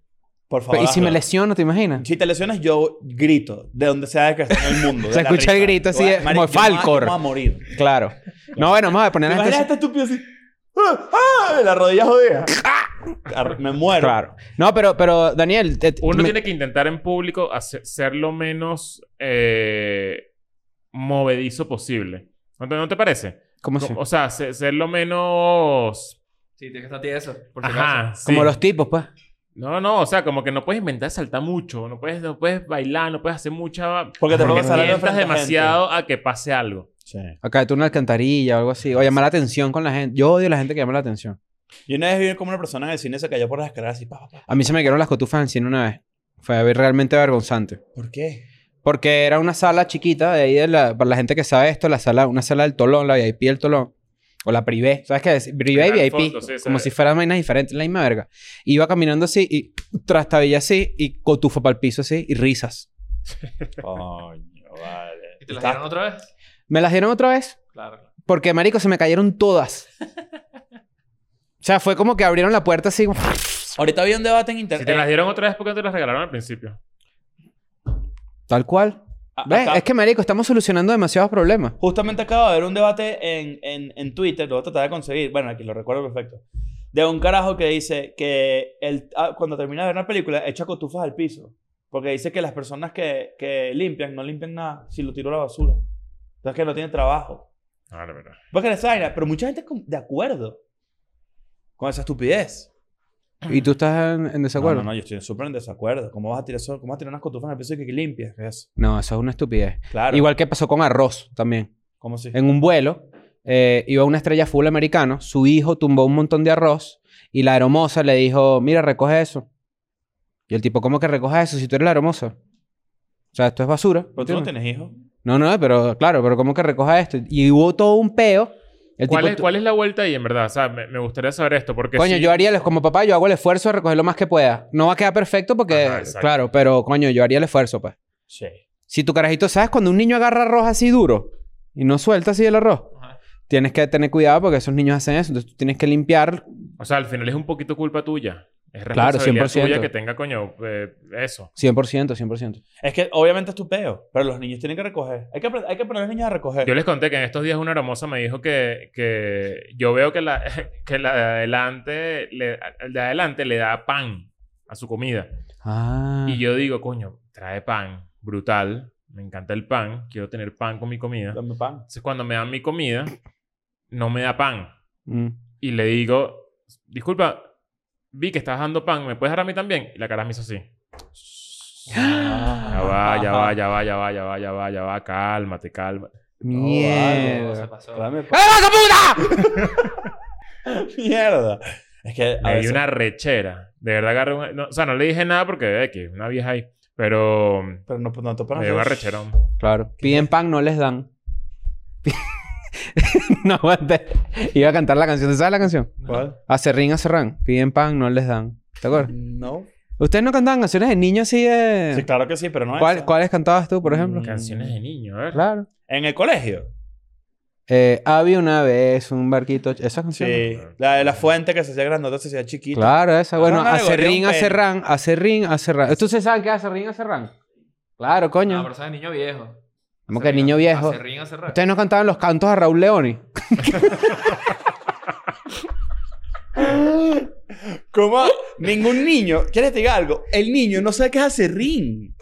S2: Por favor.
S1: ¿Y si me
S2: hazlo.
S1: lesiono, te imaginas?
S2: Si te lesionas, yo grito de donde sea que esté en el mundo. de
S1: Se
S2: la
S1: escucha el
S2: risa.
S1: grito así
S2: Yo voy a-
S1: de-
S2: marico,
S1: como Falcor.
S2: yo me voy a- yo me voy a morir.
S1: Claro. No, bueno, vamos a poner
S2: ¿Te
S1: a la
S2: imaginas
S1: gente...
S2: este estúpido así? ¡Ah! ¡Ah! De la rodilla jodida. Ar- Me muero.
S1: Claro. No, pero, pero Daniel... te-
S3: Uno
S1: me-
S3: tiene que intentar en público hacer- ser lo menos eh, movedizo posible. ¿No te, no te parece?
S1: ¿Cómo se-
S3: O sea, se- ser lo menos
S4: Sí, tienes que estar tieso, por si acaso.
S3: Ajá, sí.
S1: Como los tipos, pues.
S3: No, no, o sea, como que no puedes inventar saltar mucho, no puedes, no puedes bailar, no puedes hacer mucha...
S2: Porque te
S1: Porque
S2: puedes salir
S3: tientas demasiado a que pase algo.
S2: Sí.
S1: Acá tú una alcantarilla o algo así. O llamar la atención con la gente. Yo odio a la gente que llama la atención.
S2: Yo una vez vi como una persona en el cine se cayó por las escaleras así, pa, pa, pa.
S1: A mí se me quedaron las cotufas en cine una vez. Fue a ver realmente vergonzante.
S2: ¿Por qué?
S1: Porque era una sala chiquita de ahí, de la- para la gente que sabe esto, la sala, una sala del Tolón, la VIP del Tolón. O la Privé. ¿Sabes qué? Es? Privé y
S3: Claro,
S1: VIP.
S3: fondo, sí,
S1: como
S3: sabe.
S1: si fueran vainas diferentes, la misma verga. Iba caminando así y trastabilla así y cotufa para el piso así y risas.
S2: Coño, vale.
S4: ¿Y te las
S2: Está-
S4: dieron otra vez?
S1: ¿Me las dieron otra vez?
S4: Claro. claro.
S1: Porque, marico, se me cayeron todas. O sea, fue como que abrieron la puerta así.
S2: Ahorita había un debate en
S3: Si te eh, las
S2: internet.
S3: dieron otra vez, ¿por qué no te las regalaron al principio?
S1: Tal cual.
S2: A-
S1: ¿Ves?
S2: Eh, Ah, acá-
S1: Es que, marico, estamos solucionando demasiados problemas.
S2: Justamente acabo de ver un debate en, en, en Twitter, lo voy a tratar de conseguir, bueno, aquí lo recuerdo perfecto, de un carajo que dice que el, ah, cuando termina de ver una película echa cotufas al piso, porque dice que las personas que, que limpian no limpian nada si lo tiró a la basura. Entonces que no tienen trabajo.
S3: No, no, no.
S2: Porque esa vaina, pero mucha gente es con- de acuerdo con esa estupidez.
S1: Y tú estás en, en desacuerdo.
S2: No, no, no, yo estoy súper en desacuerdo. ¿Cómo vas a tirar, eso- cómo vas a tirar unas cotufas al piso y que limpias? Eso.
S1: No, eso es una estupidez.
S2: Claro.
S1: Igual que pasó con arroz también.
S2: ¿Cómo si?
S1: en un vuelo, eh, iba una estrella full americano, su hijo tumbó un montón de arroz y la hermosa le dijo, mira, recoge eso. Y el tipo, ¿cómo que recoge eso si tú eres la hermosa? O sea, esto es basura.
S2: Pero tú no
S1: ¿entiendes?
S2: tienes hijos.
S1: No, no, pero claro, pero ¿cómo que recoja esto? Y hubo todo un peo. El
S3: ¿Cuál,
S1: tipo,
S3: es,
S1: tu-
S3: ¿Cuál es la vuelta ahí, en verdad? O sea, me, me gustaría saber esto, porque
S1: Coño,
S3: sí-
S1: yo haría, el- como papá, yo hago el esfuerzo de recoger lo más que pueda. No va a quedar perfecto porque,
S3: Ajá, exacto.
S1: claro, pero coño, yo haría el esfuerzo, pues.
S2: Sí.
S1: Si tu carajito, ¿sabes? Cuando un niño agarra arroz así duro y no suelta así el arroz,
S4: Ajá.
S1: tienes que tener cuidado porque esos niños hacen eso. Entonces tú tienes que limpiar.
S3: O sea, al final es un poquito culpa tuya. Es
S1: Claro,
S3: responsabilidad
S1: 100%.
S3: tuya que tenga, coño, eh, eso.
S1: 100%, 100%.
S2: Es que obviamente es tu peo, pero los niños tienen que recoger. Hay que, apre- hay que poner a los niños a recoger.
S3: Yo les conté que en estos días una hermosa me dijo que, que yo veo que la, que la de adelante le, el de adelante le da pan a su comida.
S1: Ah.
S3: Y yo digo, coño, trae pan, brutal, me encanta el pan, quiero tener pan con mi comida.
S2: Dame pan.
S3: Entonces cuando me dan mi comida, no me da pan.
S1: Mm.
S2: Oh,
S3: Y le digo, disculpa, vi que estás dando pan, ¿me puedes dar a mí también? Y la cara me hizo así. Ah, Ya va, ya va, ya va, ya va, ya va, ya va, ya va, cálmate, cálmate.
S1: Mierda.
S4: No, se pasó.
S2: Dame pan.
S1: ¡Ah, puta!
S2: Mierda. Es que a
S3: Me dio
S2: veces-
S3: una rechera. De verdad agarré una... no, o sea, no le dije nada porque, eh, que una vieja ahí. Pero me
S2: Pero no, no te
S3: dio una recherón.
S1: Claro. Piden pan, no les dan. no aguante. Iba a cantar la canción. ¿Te sabes la canción?
S2: ¿Cuál?
S1: A Serrín, a Serrán. Piden pan, no les dan. ¿Te acuerdas?
S2: No.
S1: ¿Ustedes no cantaban canciones de niños así de...?
S2: Sí, claro que sí, pero no es.
S1: ¿Cuál-
S2: esa.
S1: ¿Cuáles cantabas tú, por ejemplo?
S2: Mm.
S3: Canciones de niño, a ver.
S1: Claro.
S2: En el colegio.
S1: Eh, había una vez un barquito... ¿Esa canción?
S2: Sí. La de la fuente que se hacía grandota, se hacía chiquita.
S1: Claro, esa.
S2: Ajá,
S1: Bueno,
S2: una
S1: a
S2: alegoría,
S1: Serrín,
S2: un
S1: a
S2: pene.
S1: Serrán, a Serrín, a Serrán. ¿Ustedes saben qué es a Serrín, a Serrán? Claro,
S3: Ah,
S4: No,
S1: coño.
S4: pero sabes, niño viejo.
S1: Como que niño viejo.
S4: Se ríen a cerrar.
S1: ¿Ustedes no cantaban los cantos a Raúl Leoni?
S2: ¿Cómo? Ningún niño. ¿Quieres que te diga algo? El niño no sabe qué es hacer ring.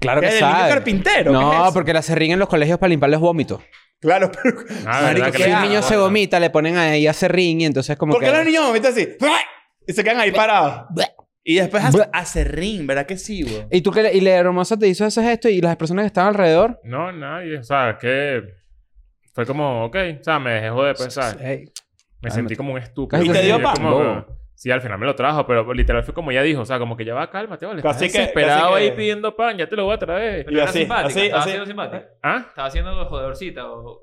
S1: Claro
S2: ¿Qué es el niño carpintero? ¿Qué es
S1: No,
S2: eso?
S1: porque la serrín en los colegios para limpiar los vómitos.
S2: Claro, pero.
S3: Ah,
S2: Marico,
S3: ¿verdad?
S1: Si
S2: ¿qué
S3: le-
S1: un
S2: hago?
S1: niño se vomita, le ponen ahí a serrín y entonces como
S2: ¿Por
S1: que...
S2: qué los niños vomitan así? Y se quedan ahí parados. Y después hace, hace ring, ¿verdad que sí, güey?
S1: Y tú que le, y la hermosa te hizo ese gesto y las personas que estaban alrededor...
S3: No, nadie. O sea, es que fue como, ok, o sea, me dejé joder, pues, ¿sabes?
S1: Ey,
S3: Me
S1: Cálmate.
S3: sentí como un estúpido.
S1: ¿Y te
S3: Sí,
S2: dio
S3: yo
S2: pan?
S3: como que-
S1: Bobo.
S3: sí, al final me lo trajo, pero literal fue como ella dijo. O sea, como que ya va, cálmate, vale. Estás
S2: Casi que-
S3: desesperado
S2: casi que-
S3: ahí pidiendo pan, ya te lo voy a traer.
S4: Pero
S2: Y
S4: era
S2: así,
S4: simpática.
S2: así,
S4: estaba
S2: así.
S4: siendo simpática.
S3: ¿Ah?
S4: Estaba haciendo jodedorcita o...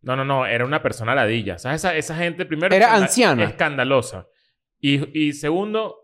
S3: No, no, no. Era una persona ladilla. O sea, esa, esa gente, primero...
S1: Era
S3: escanda-
S1: anciana.
S3: Escandalosa. Y, y segundo,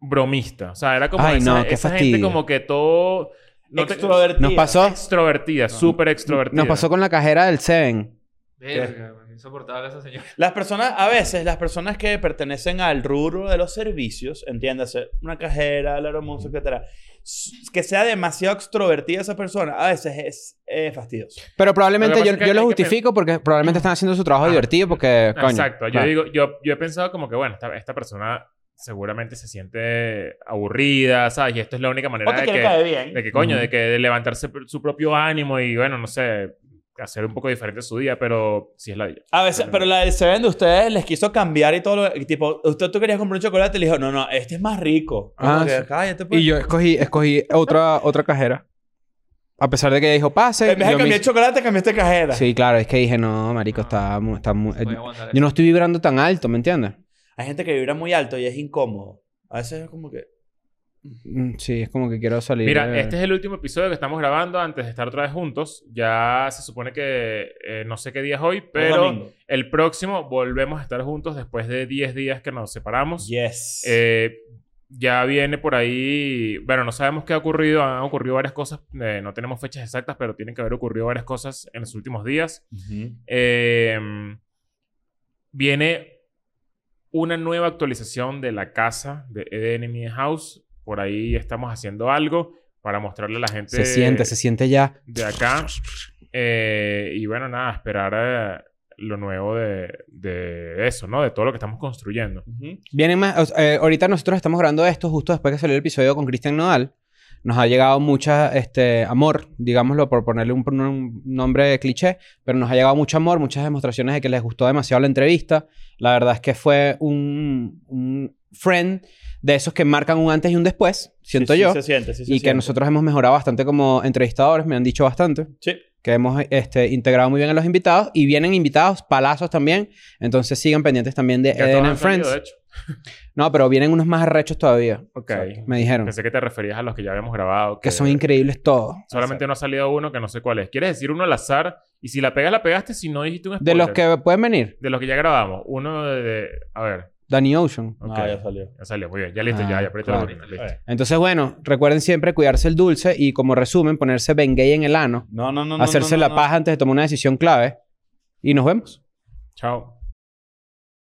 S3: bromista. O sea, era como
S1: Ay,
S3: esa, e-,
S1: no, qué
S3: esa gente
S1: fastidio.
S3: como que todo... No te-
S2: Extrovertida.
S1: eh, Nos pasó...
S3: extrovertida, súper extrovertida.
S1: Nos pasó con la cajera del Seven.
S4: Verga, güey, insoportable esa señora.
S2: Las personas, a veces, las personas que pertenecen al rubro de los servicios, entiéndase, una cajera, la hermosa, etcétera, s- que sea demasiado extrovertida esa persona, a veces es eh, fastidioso.
S1: Pero probablemente
S3: Lo que
S1: yo,
S3: pasa es que
S1: yo lo
S3: hay que
S1: justifico porque probablemente están haciendo su trabajo
S3: Ah.
S1: divertido porque, coño.
S3: Exacto. Yo
S1: claro.
S3: digo, yo, yo he pensado como que, bueno, esta, esta persona seguramente se siente aburrida, ¿sabes? Y esto es la única manera
S2: O te
S3: de
S2: quiere
S3: que,
S2: caer bien.
S3: de que, coño,
S1: Ujú.
S3: de que de levantarse pr- su propio ánimo y, bueno, no sé, hacer un poco diferente su día, pero sí es la idea.
S2: A veces, pero la del Seven de ustedes les quiso cambiar y todo lo. y Tipo, usted tú querías comprar un chocolate y le dijo, no, no, este es más rico.
S1: Ah,
S2: Como que,
S1: sí.
S2: cállate, pues.
S1: Y yo escogí, escogí otra, otra cajera. A pesar de que ella dijo, pase.
S2: en vez de
S1: yo me
S2: cambiar
S1: hice-
S2: chocolate, cambiaste cajera.
S1: Sí, claro, es que dije, no, marico,
S4: No.
S1: está, mu- está mu- eh,
S4: No se puede aguantar
S1: Yo no
S4: eso.
S1: estoy vibrando tan alto, ¿me entiendes?
S2: Hay gente que vibra muy alto y es incómodo. A veces es como que.
S1: Mm, Sí, es como que quiero salir.
S3: Mira,
S1: de-
S3: este es el último episodio que estamos grabando antes de estar otra vez juntos. Ya se supone que eh, no sé qué día es hoy, pero
S2: domingo.
S3: el próximo volvemos a estar juntos después de 10 días que nos separamos.
S2: Yes.
S3: Eh, ya viene por ahí, bueno, no sabemos qué ha ocurrido, han ocurrido varias cosas, eh, no tenemos fechas exactas, pero tienen que haber ocurrido varias cosas en los últimos días.
S2: Ujú.
S3: Eh, viene una nueva actualización de la casa de Eden Enemy House, por ahí estamos haciendo algo para mostrarle a la gente
S1: Se siente, se siente ya.
S3: de acá. Eh, y bueno, nada, esperar eh, lo nuevo de, de eso, ¿no? De todo lo que estamos construyendo.
S2: Ujú.
S1: Vienen más. o sea, eh, ahorita nosotros estamos grabando esto justo después que salió el episodio con Cristian Nodal. Nos ha llegado mucha este, amor, digámoslo, por ponerle un, un nombre cliché, pero nos ha llegado mucho amor, muchas demostraciones de que les gustó demasiado la entrevista. La verdad es que fue un, un friend de esos que marcan un antes y un después, siento
S2: Sí, sí,
S1: yo.
S2: se siente, sí, se
S1: y que
S2: siente.
S1: nosotros hemos mejorado bastante como entrevistadores, me han dicho bastante.
S2: Sí.
S1: Que hemos este, integrado muy bien a los invitados y vienen invitados, palazos también. Entonces sigan pendientes también de
S3: Ya todos
S1: Eden
S3: han
S1: and Friends.
S3: salido, de hecho.
S1: No, pero vienen unos más arrechos todavía.
S3: Ok.
S1: Me dijeron.
S3: Pensé que te referías a los que ya habíamos grabado.
S1: Que son increíbles todos.
S3: Solamente no ha salido uno que no sé cuál es. ¿Quieres decir uno al azar? Y si la pegas, la pegaste. Si no, dijiste un
S1: De
S3: spoiler.
S1: los que pueden venir,
S3: De los que ya grabamos. Uno de... de- A ver.
S1: Danny Ocean.
S3: Ok.
S2: Ah, ya
S3: ya.
S2: salió.
S3: salió. Muy bien. Ya listo.
S1: Ah,
S3: ya, ya. aprieta
S1: claro.
S3: la máquina. Listo.
S2: Eh,
S1: Entonces, bueno, recuerden siempre cuidarse el dulce y como resumen, ponerse Bengay en el ano,
S2: No, no, no. no,
S1: hacerse
S2: no,
S1: la
S2: no, no.
S1: paja antes de tomar una decisión clave. Y nos vemos.
S3: Chao.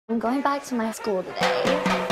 S6: I'm going back to my school today.